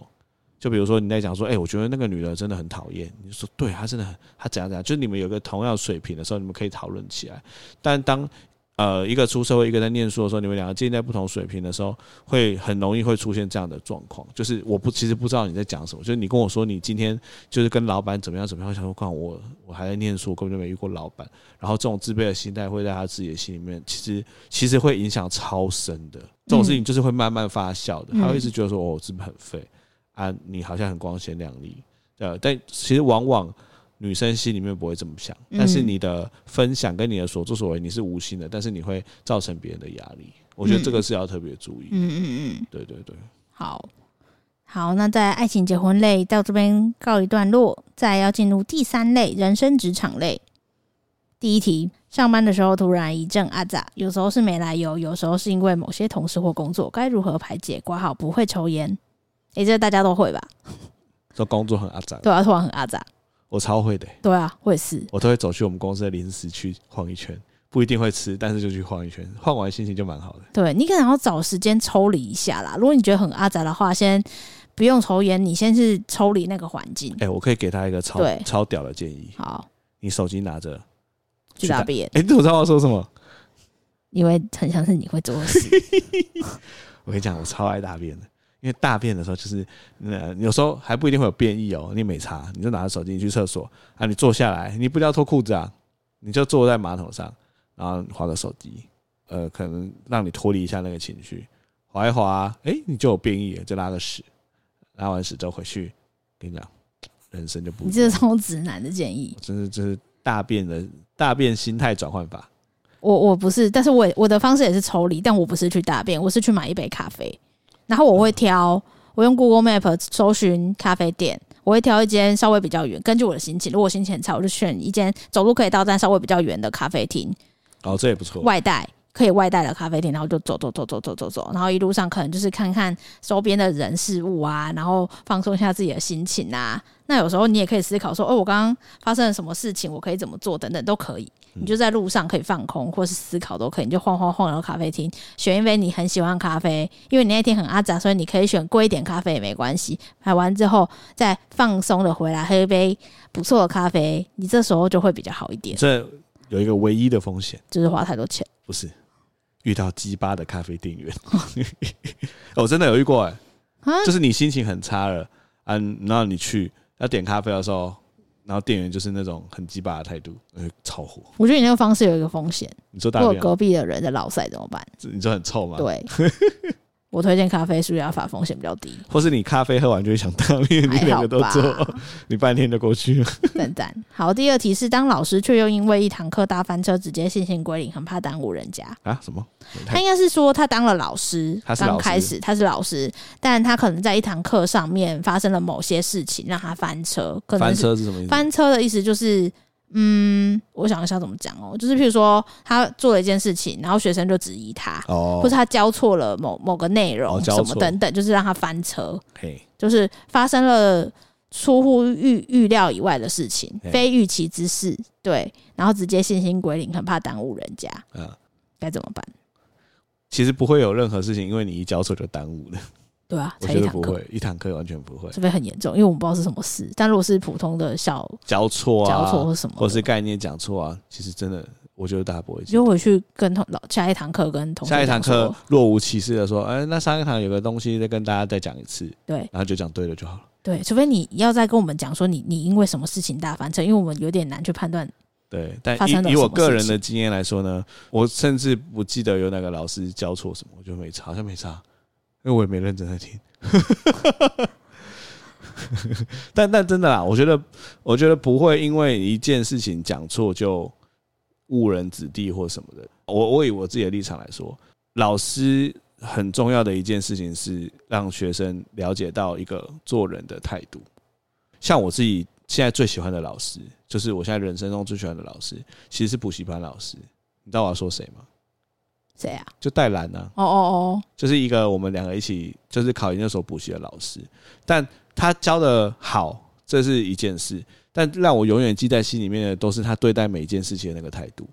[SPEAKER 1] 就比如说你在讲说，哎、我觉得那个女的真的很讨厌，你就说对她真的很，她怎样怎样，就是你们有个同样水平的时候，你们可以讨论起来。但当呃一个出社会，一个在念书的时候，你们两个建立在不同水平的时候，会很容易会出现这样的状况，就是我不其实不知道你在讲什么，就是你跟我说你今天就是跟老板怎么样怎么样，我想说，看我我还在念书，我根本就没遇过老板。然后这种自卑的心态会在他自己的心里面，其实其实会影响超深的。这种事情就是会慢慢发酵的，
[SPEAKER 2] 嗯
[SPEAKER 1] 他会一直觉得说，哦，我是不是很废啊？你好像很光鲜亮丽，呃，但其实往往女生心里面不会这么想，
[SPEAKER 2] 嗯
[SPEAKER 1] 但是你的分享跟你的所作所为你是无心的，但是你会造成别人的压力。我觉得这个是要特别注意。
[SPEAKER 2] 嗯嗯嗯，
[SPEAKER 1] 对对对，
[SPEAKER 2] 好。好，那在爱情结婚类到这边告一段落，再来要进入第三类人生职场类。第一题，上班的时候突然一阵阿杂，有时候是没来由，有时候是因为某些同事或工作，该如何排解？挂号不会抽烟，诶、这大家都会吧？
[SPEAKER 1] 说工作很阿杂，
[SPEAKER 2] 对啊，突然很阿杂，
[SPEAKER 1] 我超会的、
[SPEAKER 2] 对啊，我也是，
[SPEAKER 1] 我都会走去我们公司的零食区晃一圈，不一定会吃，但是就去晃一圈，晃完心情就蛮好的。
[SPEAKER 2] 对你可能要找时间抽离一下啦。如果你觉得很阿杂的话，先不用抽烟，你先是抽离那个环境。
[SPEAKER 1] 哎、我可以给他一个超
[SPEAKER 2] 对
[SPEAKER 1] 超屌的建议，
[SPEAKER 2] 好，
[SPEAKER 1] 你手机拿着，
[SPEAKER 2] 去
[SPEAKER 1] 去打
[SPEAKER 2] 大便，
[SPEAKER 1] 哎、你怎么知道我要说什么？
[SPEAKER 2] 因为很像是你会做的事。
[SPEAKER 1] 我跟你讲，我超爱大便的，因为大便的时候就是，呃，有时候还不一定会有便意哦。你没查，你就拿着手机你去厕所啊，你坐下来，你不一定要脱裤子啊，你就坐在马桶上，然后划个手机，呃，可能让你脱离一下那个情绪，划一划，哎、你就有便意了，就拉个屎，拉完屎之后回去，跟你讲，人生就不
[SPEAKER 2] 你
[SPEAKER 1] 一
[SPEAKER 2] 这
[SPEAKER 1] 样
[SPEAKER 2] 是，超直男的建议，
[SPEAKER 1] 真是这是大便的大便心态转换法。
[SPEAKER 2] 我我不是，但是我也我的方式也是抽离，但我不是去大便，我是去买一杯咖啡，然后我会挑，我用 Google Map 搜寻咖啡店，我会挑一间稍微比较远，根据我的心情，如果我心情很差，我就选一间走路可以到站稍微比较远的咖啡厅，
[SPEAKER 1] 哦，这也不错。
[SPEAKER 2] 外带可以外带的咖啡店，然后就走走走走走走走，然后一路上可能就是看看周边的人事物啊，然后放松一下自己的心情啊。那有时候你也可以思考说，哦，我刚刚发生了什么事情，我可以怎么做等等都可以。你就在路上可以放空，或是思考都可以，你就晃晃晃到咖啡厅，选一杯你很喜欢的咖啡，因为你那天很阿杂，所以你可以选贵一点咖啡也没关系。买完之后再放松的回来喝一杯不错的咖啡，你这时候就会比较好一点，
[SPEAKER 1] 这有一个唯一的风险。
[SPEAKER 2] 就是花太多钱。
[SPEAKER 1] 不是遇到鸡巴的咖啡店员， 我、真的有遇过哎、
[SPEAKER 2] 啊
[SPEAKER 1] 就是你心情很差了啊，然后你去要点咖啡的时候，然后店员就是那种很鸡巴的态度，呃，超火。
[SPEAKER 2] 我觉得你那个方式有一个风险，
[SPEAKER 1] 你说
[SPEAKER 2] 如
[SPEAKER 1] 大
[SPEAKER 2] 果
[SPEAKER 1] 便啊，
[SPEAKER 2] 隔壁的人在老塞怎么办？
[SPEAKER 1] 你说很臭吗？，
[SPEAKER 2] 对， 我推荐咖啡舒压法，风险比 较低，
[SPEAKER 1] 或是你咖啡喝完就会想大便，你
[SPEAKER 2] 还
[SPEAKER 1] 两
[SPEAKER 2] 好
[SPEAKER 1] 个都做，
[SPEAKER 2] 吧？
[SPEAKER 1] 你半天就过去了。
[SPEAKER 2] 赞赞。好，第二题是当老师却又因为一堂课搭翻车，直接信心归零，很怕耽误 人家。
[SPEAKER 1] 啊？什么？
[SPEAKER 2] 他应该是说他当了老师，
[SPEAKER 1] 他是老
[SPEAKER 2] 刚
[SPEAKER 1] 师
[SPEAKER 2] 开始他是老师，但他可能在一堂课上面发生了某些事情，让他翻车，可能
[SPEAKER 1] 翻
[SPEAKER 2] 是
[SPEAKER 1] 车是什么意思？
[SPEAKER 2] 翻车的意思就是，嗯，我想一下怎么讲哦，就是譬如说他做了一件事情，然后学生就质疑他，
[SPEAKER 1] 哦
[SPEAKER 2] 或是，他教错了某某个内
[SPEAKER 1] 哦
[SPEAKER 2] 容
[SPEAKER 1] 教
[SPEAKER 2] 什
[SPEAKER 1] 错
[SPEAKER 2] 么等等，就是让他翻车，
[SPEAKER 1] 嘿，
[SPEAKER 2] 就是发生了出乎预预料以外的事情
[SPEAKER 1] 嘿，
[SPEAKER 2] 非预期之事，对，然后直接信心归零，很怕耽误人家，
[SPEAKER 1] 嗯，
[SPEAKER 2] 该怎么办？
[SPEAKER 1] 其实不会有任何事情，因为你一交错就耽误了。
[SPEAKER 2] 对啊，
[SPEAKER 1] 我
[SPEAKER 2] 才
[SPEAKER 1] 觉
[SPEAKER 2] 一
[SPEAKER 1] 得
[SPEAKER 2] 堂
[SPEAKER 1] 不
[SPEAKER 2] 课，
[SPEAKER 1] 会，一堂课完全不会
[SPEAKER 2] 除非很严重，因为我们不知道是什么事，但如果是普通的小
[SPEAKER 1] 交错啊，
[SPEAKER 2] 交错或什么的，
[SPEAKER 1] 或是概念讲错啊，其实真的，我觉得大家不会记
[SPEAKER 2] 就回去跟同老下一堂课跟同学
[SPEAKER 1] 下一堂
[SPEAKER 2] 讲说
[SPEAKER 1] 课若无其事的说，哎、那上一堂有个东西再跟大家再讲一次，
[SPEAKER 2] 对
[SPEAKER 1] 然后就讲对了就好了。
[SPEAKER 2] 对，除非你要再跟我们讲说你你因为什么事情大翻车，因为我们有点难去判断
[SPEAKER 1] 对，但
[SPEAKER 2] 发生了
[SPEAKER 1] 以以我
[SPEAKER 2] 什么
[SPEAKER 1] 个人
[SPEAKER 2] 事
[SPEAKER 1] 的经验来说呢，我甚至不记得有哪个老师教错什么，我就没查，好像没查，因为我也没认真在听。 但但真的啦，我觉得我觉得不会因为一件事情讲错就误人子弟或什么的。我我以我自己的立场来说，老师很重要的一件事情是让学生了解到一个做人的态度。像我自己现在最喜欢的老师，就是我现在人生中最喜欢的老师，其实是补习班老师。你知道我要说谁吗？
[SPEAKER 2] 谁啊？
[SPEAKER 1] 就戴兰啊，
[SPEAKER 2] 哦哦
[SPEAKER 1] 就是一个我们两个一起就是考研究所补习的老师，但他教的好，这是一件事，但让我永远记在心里面的都是他对待每一件事情的那个态度，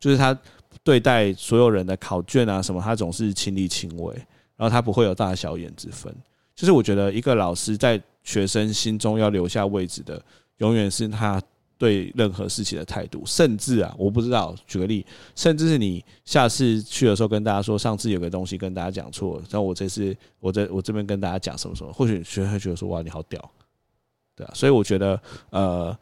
[SPEAKER 1] 就是他对待所有人的考卷啊什么，他总是亲力亲为，然后他不会有大小眼之分。就是我觉得一个老师在学生心中要留下位置的，永远是他对任何事情的态度，甚至啊，我不知道，举个例，甚至是你下次去的时候跟大家说，上次有个东西跟大家讲错，然后我这次我在我这边跟大家讲什么什么，或许学生会觉得说哇你好屌，对啊，所以我觉得呃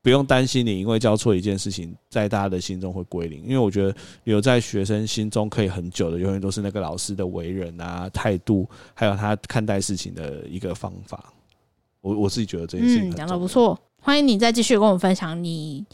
[SPEAKER 1] 不用担心你因为教错一件事情在大家的心中会归零，因为我觉得留在学生心中可以很久的，永远都是那个老师的为人啊态度，还有他看待事情的一个方法。我我自己觉得这
[SPEAKER 2] 哦，
[SPEAKER 1] 件事情
[SPEAKER 2] 嗯，
[SPEAKER 1] 很
[SPEAKER 2] 讲
[SPEAKER 1] 重
[SPEAKER 2] 的
[SPEAKER 1] 要
[SPEAKER 2] 不错，欢迎你再继续跟我们分享你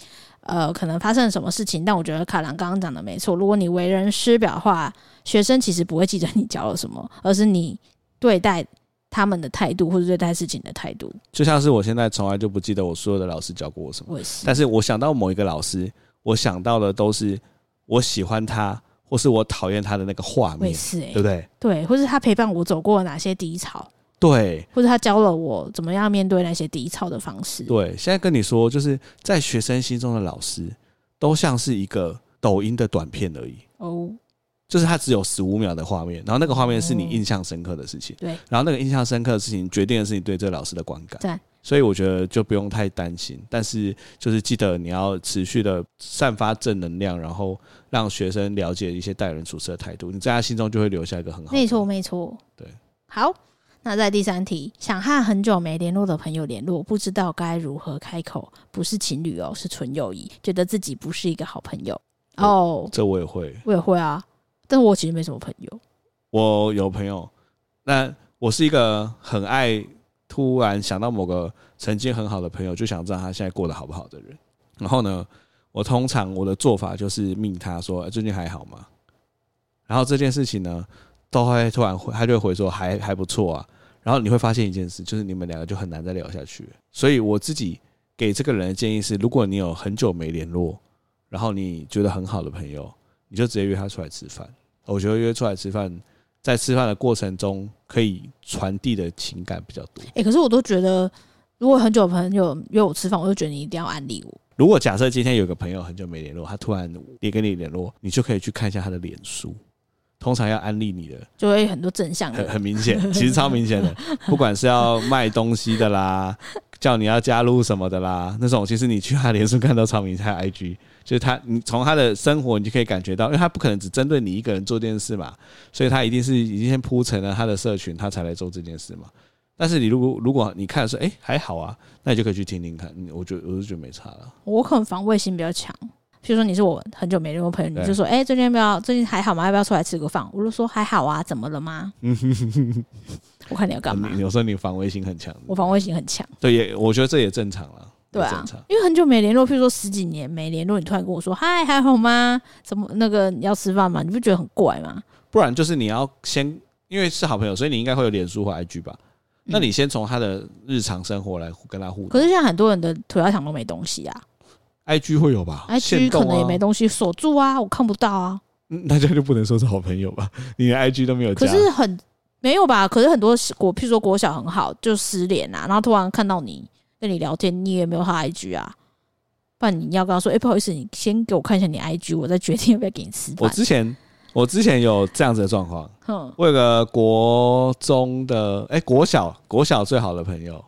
[SPEAKER 2] 呃可能发生了什么事情。但我觉得卡郎刚刚讲的没错，如果你为人师表的话，学生其实不会记得你教了什么，而是你对待他们的态度或者对待事情的态度。
[SPEAKER 1] 就像是我现在从来就不记得我所有的老师教过我什么，
[SPEAKER 2] 我也是，
[SPEAKER 1] 但是我想到某一个老师，我想到的都是我喜欢他或是我讨厌他的那个画
[SPEAKER 2] 我也
[SPEAKER 1] 面，
[SPEAKER 2] 是哎、
[SPEAKER 1] 对不对？
[SPEAKER 2] 对，或是他陪伴我走过哪些低潮，
[SPEAKER 1] 对
[SPEAKER 2] 或者他教了我怎么样面对那些低潮的方式。
[SPEAKER 1] 对，现在跟你说，就是在学生心中的老师，都像是一个抖音的短片而已，
[SPEAKER 2] 哦，
[SPEAKER 1] 就是它只有十五秒的画面，然后那个画面是你印象深刻的事情，
[SPEAKER 2] 对，
[SPEAKER 1] 然后那个印象深刻的事情决定的是你对这个老师的观感，
[SPEAKER 2] 对，
[SPEAKER 1] 所以我觉得就不用太担心，但是就是记得你要持续的散发正能量，然后让学生了解一些待人处事的态度，你在他心中就会留下一个很好的。
[SPEAKER 2] 没错，，没错。
[SPEAKER 1] 对，
[SPEAKER 2] 好，那在第三题，想和很久没联络的朋友联络，不知道该如何开口，不是情侣哦，是纯友谊，觉得自己不是一个好朋友。
[SPEAKER 1] 嗯
[SPEAKER 2] 哦，
[SPEAKER 1] 这我也会，
[SPEAKER 2] 我也会啊，但我其实没什么朋友。
[SPEAKER 1] 我有朋友，那我是一个很爱突然想到某个曾经很好的朋友，就想知道他现在过得好不好的人。然后呢，我通常我的做法就是命他说、呃最近还好吗？然后这件事情呢，都会突然回，他就会回说还还不错啊。然后你会发现一件事，就是你们两个就很难再聊下去。所以我自己给这个人的建议是，如果你有很久没联络，然后你觉得很好的朋友，你就直接约他出来吃饭。我觉得约出来吃饭，在吃饭的过程中可以传递的情感比较多。
[SPEAKER 2] 哎、可是我都觉得，如果很久的朋友约我吃饭，我就觉得你一定要暗恋我。
[SPEAKER 1] 如果假设今天有个朋友很久没联络，他突然也跟你联络，你就可以去看一下他的脸书。通常要安利你的，
[SPEAKER 2] 就会很多正向
[SPEAKER 1] 很
[SPEAKER 2] 的，
[SPEAKER 1] 很明显，其实超明显的，不管是要卖东西的啦，叫你要加入什么的啦，那种其实你去他脸书看到超明显，他的 IG 就是他，你从他的生活你就可以感觉到，因为他不可能只针对你一个人做这件事嘛，所以他一定是已经先铺成了他的社群，他才来做这件事嘛。但是你如果如果你看说，哎、还好啊，那你就可以去听听看，嗯我觉得我就觉得没差了。
[SPEAKER 2] 我可能防卫心比较强。譬如说你是我很久没联络朋友，你
[SPEAKER 1] 对
[SPEAKER 2] 就说：“哎、最近要不要？最近还好吗？要不要出来吃个饭？”我就说：“还好啊，怎么 了吗？”我看你要干嘛
[SPEAKER 1] 你？有时候你防卫心很强，
[SPEAKER 2] 我防卫心很强，
[SPEAKER 1] 对也，我觉得这也正常了，
[SPEAKER 2] 对
[SPEAKER 1] 也
[SPEAKER 2] 啊
[SPEAKER 1] 正常，。
[SPEAKER 2] 因为很久没联络，譬如说十几年没联络，你突然跟我说：“嗨，还好吗？怎么那个你要吃饭吗？”你不觉得很怪吗？
[SPEAKER 1] 不然就是你要先，因为是好朋友，所以你应该会有脸
[SPEAKER 2] 嗯
[SPEAKER 1] 书或 IG 吧？那你先从他的日常生活来跟他互
[SPEAKER 2] 可
[SPEAKER 1] 动
[SPEAKER 2] 是现在很多人的涂鸦墙都没东西啊
[SPEAKER 1] ，IG 会有吧
[SPEAKER 2] ，IG 可能也没
[SPEAKER 1] 动、
[SPEAKER 2] 东西锁住啊，我看不到啊。
[SPEAKER 1] 嗯 大家就不能说是好朋友吧？你连 IG 都没有加，
[SPEAKER 2] 可是很没有吧？可是很多国，譬如说国小很好，就失联啊，然后突然看到你跟你聊天，你也没有他 IG 啊，不然你要跟他说，哎、不好意思，你先给我看一下你 IG，我再决定要不要给你吃
[SPEAKER 1] 我
[SPEAKER 2] 饭。
[SPEAKER 1] 之前我之前有这样子的状况，
[SPEAKER 2] 哼，
[SPEAKER 1] 我有个国中的，哎、国小国小最好的朋友，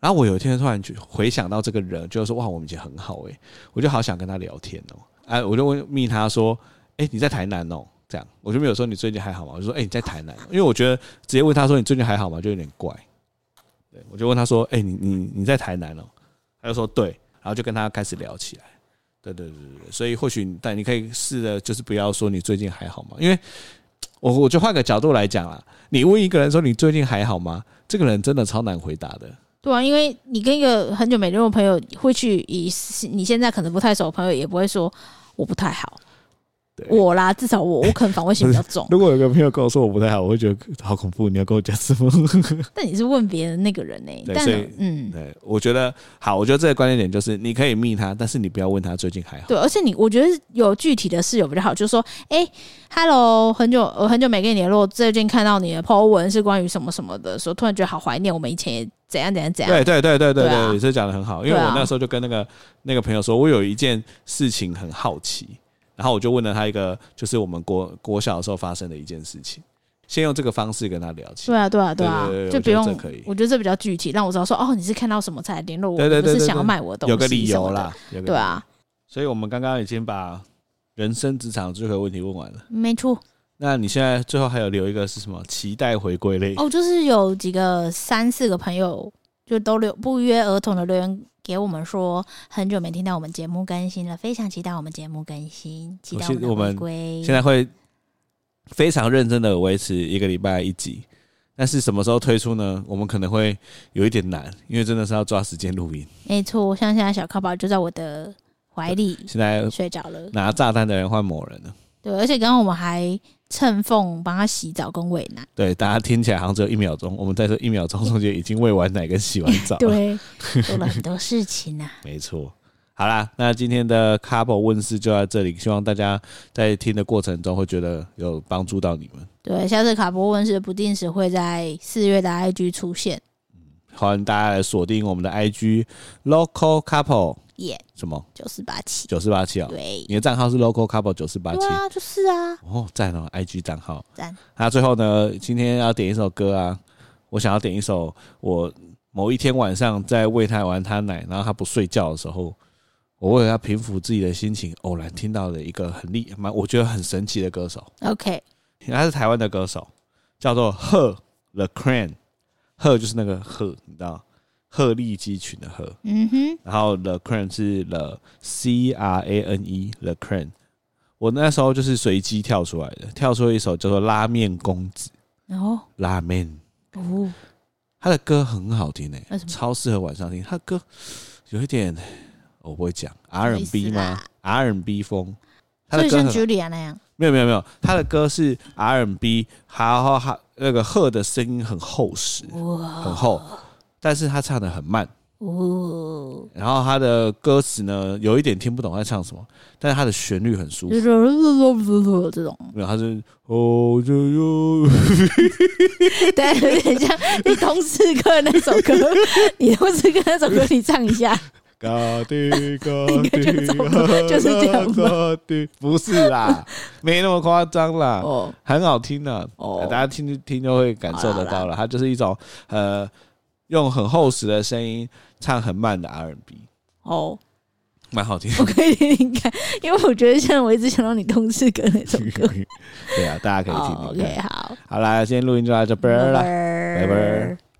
[SPEAKER 1] 然后我有一天突然就回想到这个人，就是说哇，我们以前很好哎、我就好想跟他聊天哦、哎、我就问密他说，哎、你在台南哦、这样，我就没有说你最近还好吗？我就说，哎、你在台南哦，因为我觉得直接问他说你最近还好吗，就有点怪。对，我就问他说，哎、你你你在台南哦、他就说对，然后就跟他开始聊起来。对对对对对，所以或许你但你可以试着就是不要说你最近还好吗？因为我我就换个角度来讲啦，你问一个人说你最近还好吗？这个人真的超难回答的。
[SPEAKER 2] 对啊，因为你跟一个很久没联络的朋友，会去以你现在可能不太熟的朋友，也不会说我不太好。
[SPEAKER 1] 对，
[SPEAKER 2] 我啦，至少我我可能防卫心比较重
[SPEAKER 1] 如果有个朋友跟我说我不太好，我会觉得好恐怖。你要跟我讲什么？
[SPEAKER 2] 但你是问别人那个人呢、
[SPEAKER 1] 对
[SPEAKER 2] 但
[SPEAKER 1] 所以
[SPEAKER 2] 嗯，
[SPEAKER 1] 对，我觉得好，我觉得这个关键点就是你可以密他，但是你不要问他最近还好。
[SPEAKER 2] 对，而且你我觉得有具体的室友比较好，就是说，哎、h e l l o 很久我很久没跟你联络，最近看到你的 po 文是关于什么什么的，说突然觉得好怀念我们以前也怎样怎样怎样。
[SPEAKER 1] 对对对对对
[SPEAKER 2] 对啊
[SPEAKER 1] 对，你这讲的很好，因为
[SPEAKER 2] 对啊
[SPEAKER 1] 我那时候就跟那个那个朋友说，我有一件事情很好奇，然后我就问了他一个，就是我们国国小的时候发生的一件事情，先用这个方式跟他聊起。
[SPEAKER 2] 对啊，对啊，对啊，
[SPEAKER 1] 对对对
[SPEAKER 2] 就
[SPEAKER 1] 我
[SPEAKER 2] 不
[SPEAKER 1] 觉得
[SPEAKER 2] 用
[SPEAKER 1] 这可以
[SPEAKER 2] 我觉得这比较具体，让我知道说，哦，你是看到什么才来联络我，
[SPEAKER 1] 对对对对
[SPEAKER 2] 你不是
[SPEAKER 1] 对
[SPEAKER 2] 想要卖我的东西，
[SPEAKER 1] 有个理由。啦，有个
[SPEAKER 2] 对啊，
[SPEAKER 1] 所以我们刚刚已经把人生职场这个问题问完了。
[SPEAKER 2] 没错。
[SPEAKER 1] 那你现在最后还有留一个是什么？期待回归类。
[SPEAKER 2] 哦，就是有几个三四个朋友就都留不约而同的留言给我们说，很久没听到我们节目更新了，非常期待我们节目更新，期
[SPEAKER 1] 我
[SPEAKER 2] 待
[SPEAKER 1] 现
[SPEAKER 2] 们的
[SPEAKER 1] 我
[SPEAKER 2] 回
[SPEAKER 1] 们
[SPEAKER 2] 归。
[SPEAKER 1] 现在会非常认真的维持一个礼拜一集，但是什么时候推出呢？我们可能会有一点难，因为真的是要抓时间录音。
[SPEAKER 2] 没错，像现在小靠宝就在我的怀里
[SPEAKER 1] 现在
[SPEAKER 2] 睡着了。
[SPEAKER 1] 拿炸弹的人换某人了。
[SPEAKER 2] 对，而且刚刚我们还趁缝帮他洗澡跟喂奶。
[SPEAKER 1] 对，大家听起来好像只有一秒钟，我们在这一秒钟中间已经喂完奶跟洗完 澡了。
[SPEAKER 2] 对，做了很多事情啊。
[SPEAKER 1] 没错。好啦，那今天的 Couple 问世就到这里，希望大家在听的过程中会觉得有帮助到你们。
[SPEAKER 2] 对，下次卡波温是不定时会在四月的 IG 出现，
[SPEAKER 1] 欢迎大家来锁定我们的 IG local couple
[SPEAKER 2] 耶，
[SPEAKER 1] 什么
[SPEAKER 2] 九四八七，
[SPEAKER 1] 九四八七哦，
[SPEAKER 2] 对，
[SPEAKER 1] 你的账号是 local couple 九四八七
[SPEAKER 2] 对啊，就是啊，
[SPEAKER 1] 哦，赞哦，IG 账号。
[SPEAKER 2] 赞，
[SPEAKER 1] 那最后呢，今天要点一首歌啊，我想要点一首我某一天晚上在喂他玩他奶，然后他不睡觉的时候，我为了要平复自己的心情，偶然听到的一个很厉蛮我觉得很神奇的歌手，
[SPEAKER 2] OK，
[SPEAKER 1] 他是台湾的歌手，叫做贺 The Crane，贺就是那个贺，你知道鹤立鸡群的鹤，
[SPEAKER 2] 嗯哼，
[SPEAKER 1] 然后 The Crane 是 The C R A N E The Crane。我那时候就是随机跳出来的，跳出一首叫做《拉面公子》。
[SPEAKER 2] 然后
[SPEAKER 1] 拉面，
[SPEAKER 2] 哦，
[SPEAKER 1] 他的歌很好听诶、
[SPEAKER 2] 为什么
[SPEAKER 1] 超适合晚上听。他的歌有一点我不会讲
[SPEAKER 2] 么意
[SPEAKER 1] R&B
[SPEAKER 2] 思
[SPEAKER 1] 吗
[SPEAKER 2] 啊啦
[SPEAKER 1] ？R&B 风，他
[SPEAKER 2] 就
[SPEAKER 1] 的歌
[SPEAKER 2] 像
[SPEAKER 1] 很
[SPEAKER 2] Julia 那样，
[SPEAKER 1] 没有没有没有，他的歌是 R&B，然后他那个鹤的声音很厚实，很
[SPEAKER 2] 哇，
[SPEAKER 1] 厚，但是他唱的很慢。
[SPEAKER 2] 哦，
[SPEAKER 1] 然后他的歌词呢，有一点听不懂他在唱什么，但是他的旋律很舒服。
[SPEAKER 2] 就是这种，
[SPEAKER 1] 没有，他是哦，就又
[SPEAKER 2] 对，有点像你同事歌那首 歌，你同事歌那首歌，你唱一 下，
[SPEAKER 1] 嘎滴嘎
[SPEAKER 2] 应该就是
[SPEAKER 1] 滴
[SPEAKER 2] 这种歌就是这样吧
[SPEAKER 1] 嘎滴，不是啦，没那么夸张啦，
[SPEAKER 2] 哦，
[SPEAKER 1] 很好听的、
[SPEAKER 2] 哦
[SPEAKER 1] 呃大家听就听就会感受得到
[SPEAKER 2] 好
[SPEAKER 1] 了。它就是一种呃，用很厚实的声音唱很慢的 R&B，
[SPEAKER 2] 哦。
[SPEAKER 1] 蛮好听
[SPEAKER 2] 我可以听听看，因为我觉得现在我一直想到你同事歌那首歌。
[SPEAKER 1] 对啊，大家可以听听看。
[SPEAKER 2] 哦 OK，好，
[SPEAKER 1] 好啦，今天录音就到这边儿
[SPEAKER 2] 拜
[SPEAKER 1] 啦。拜
[SPEAKER 2] 拜
[SPEAKER 1] 拜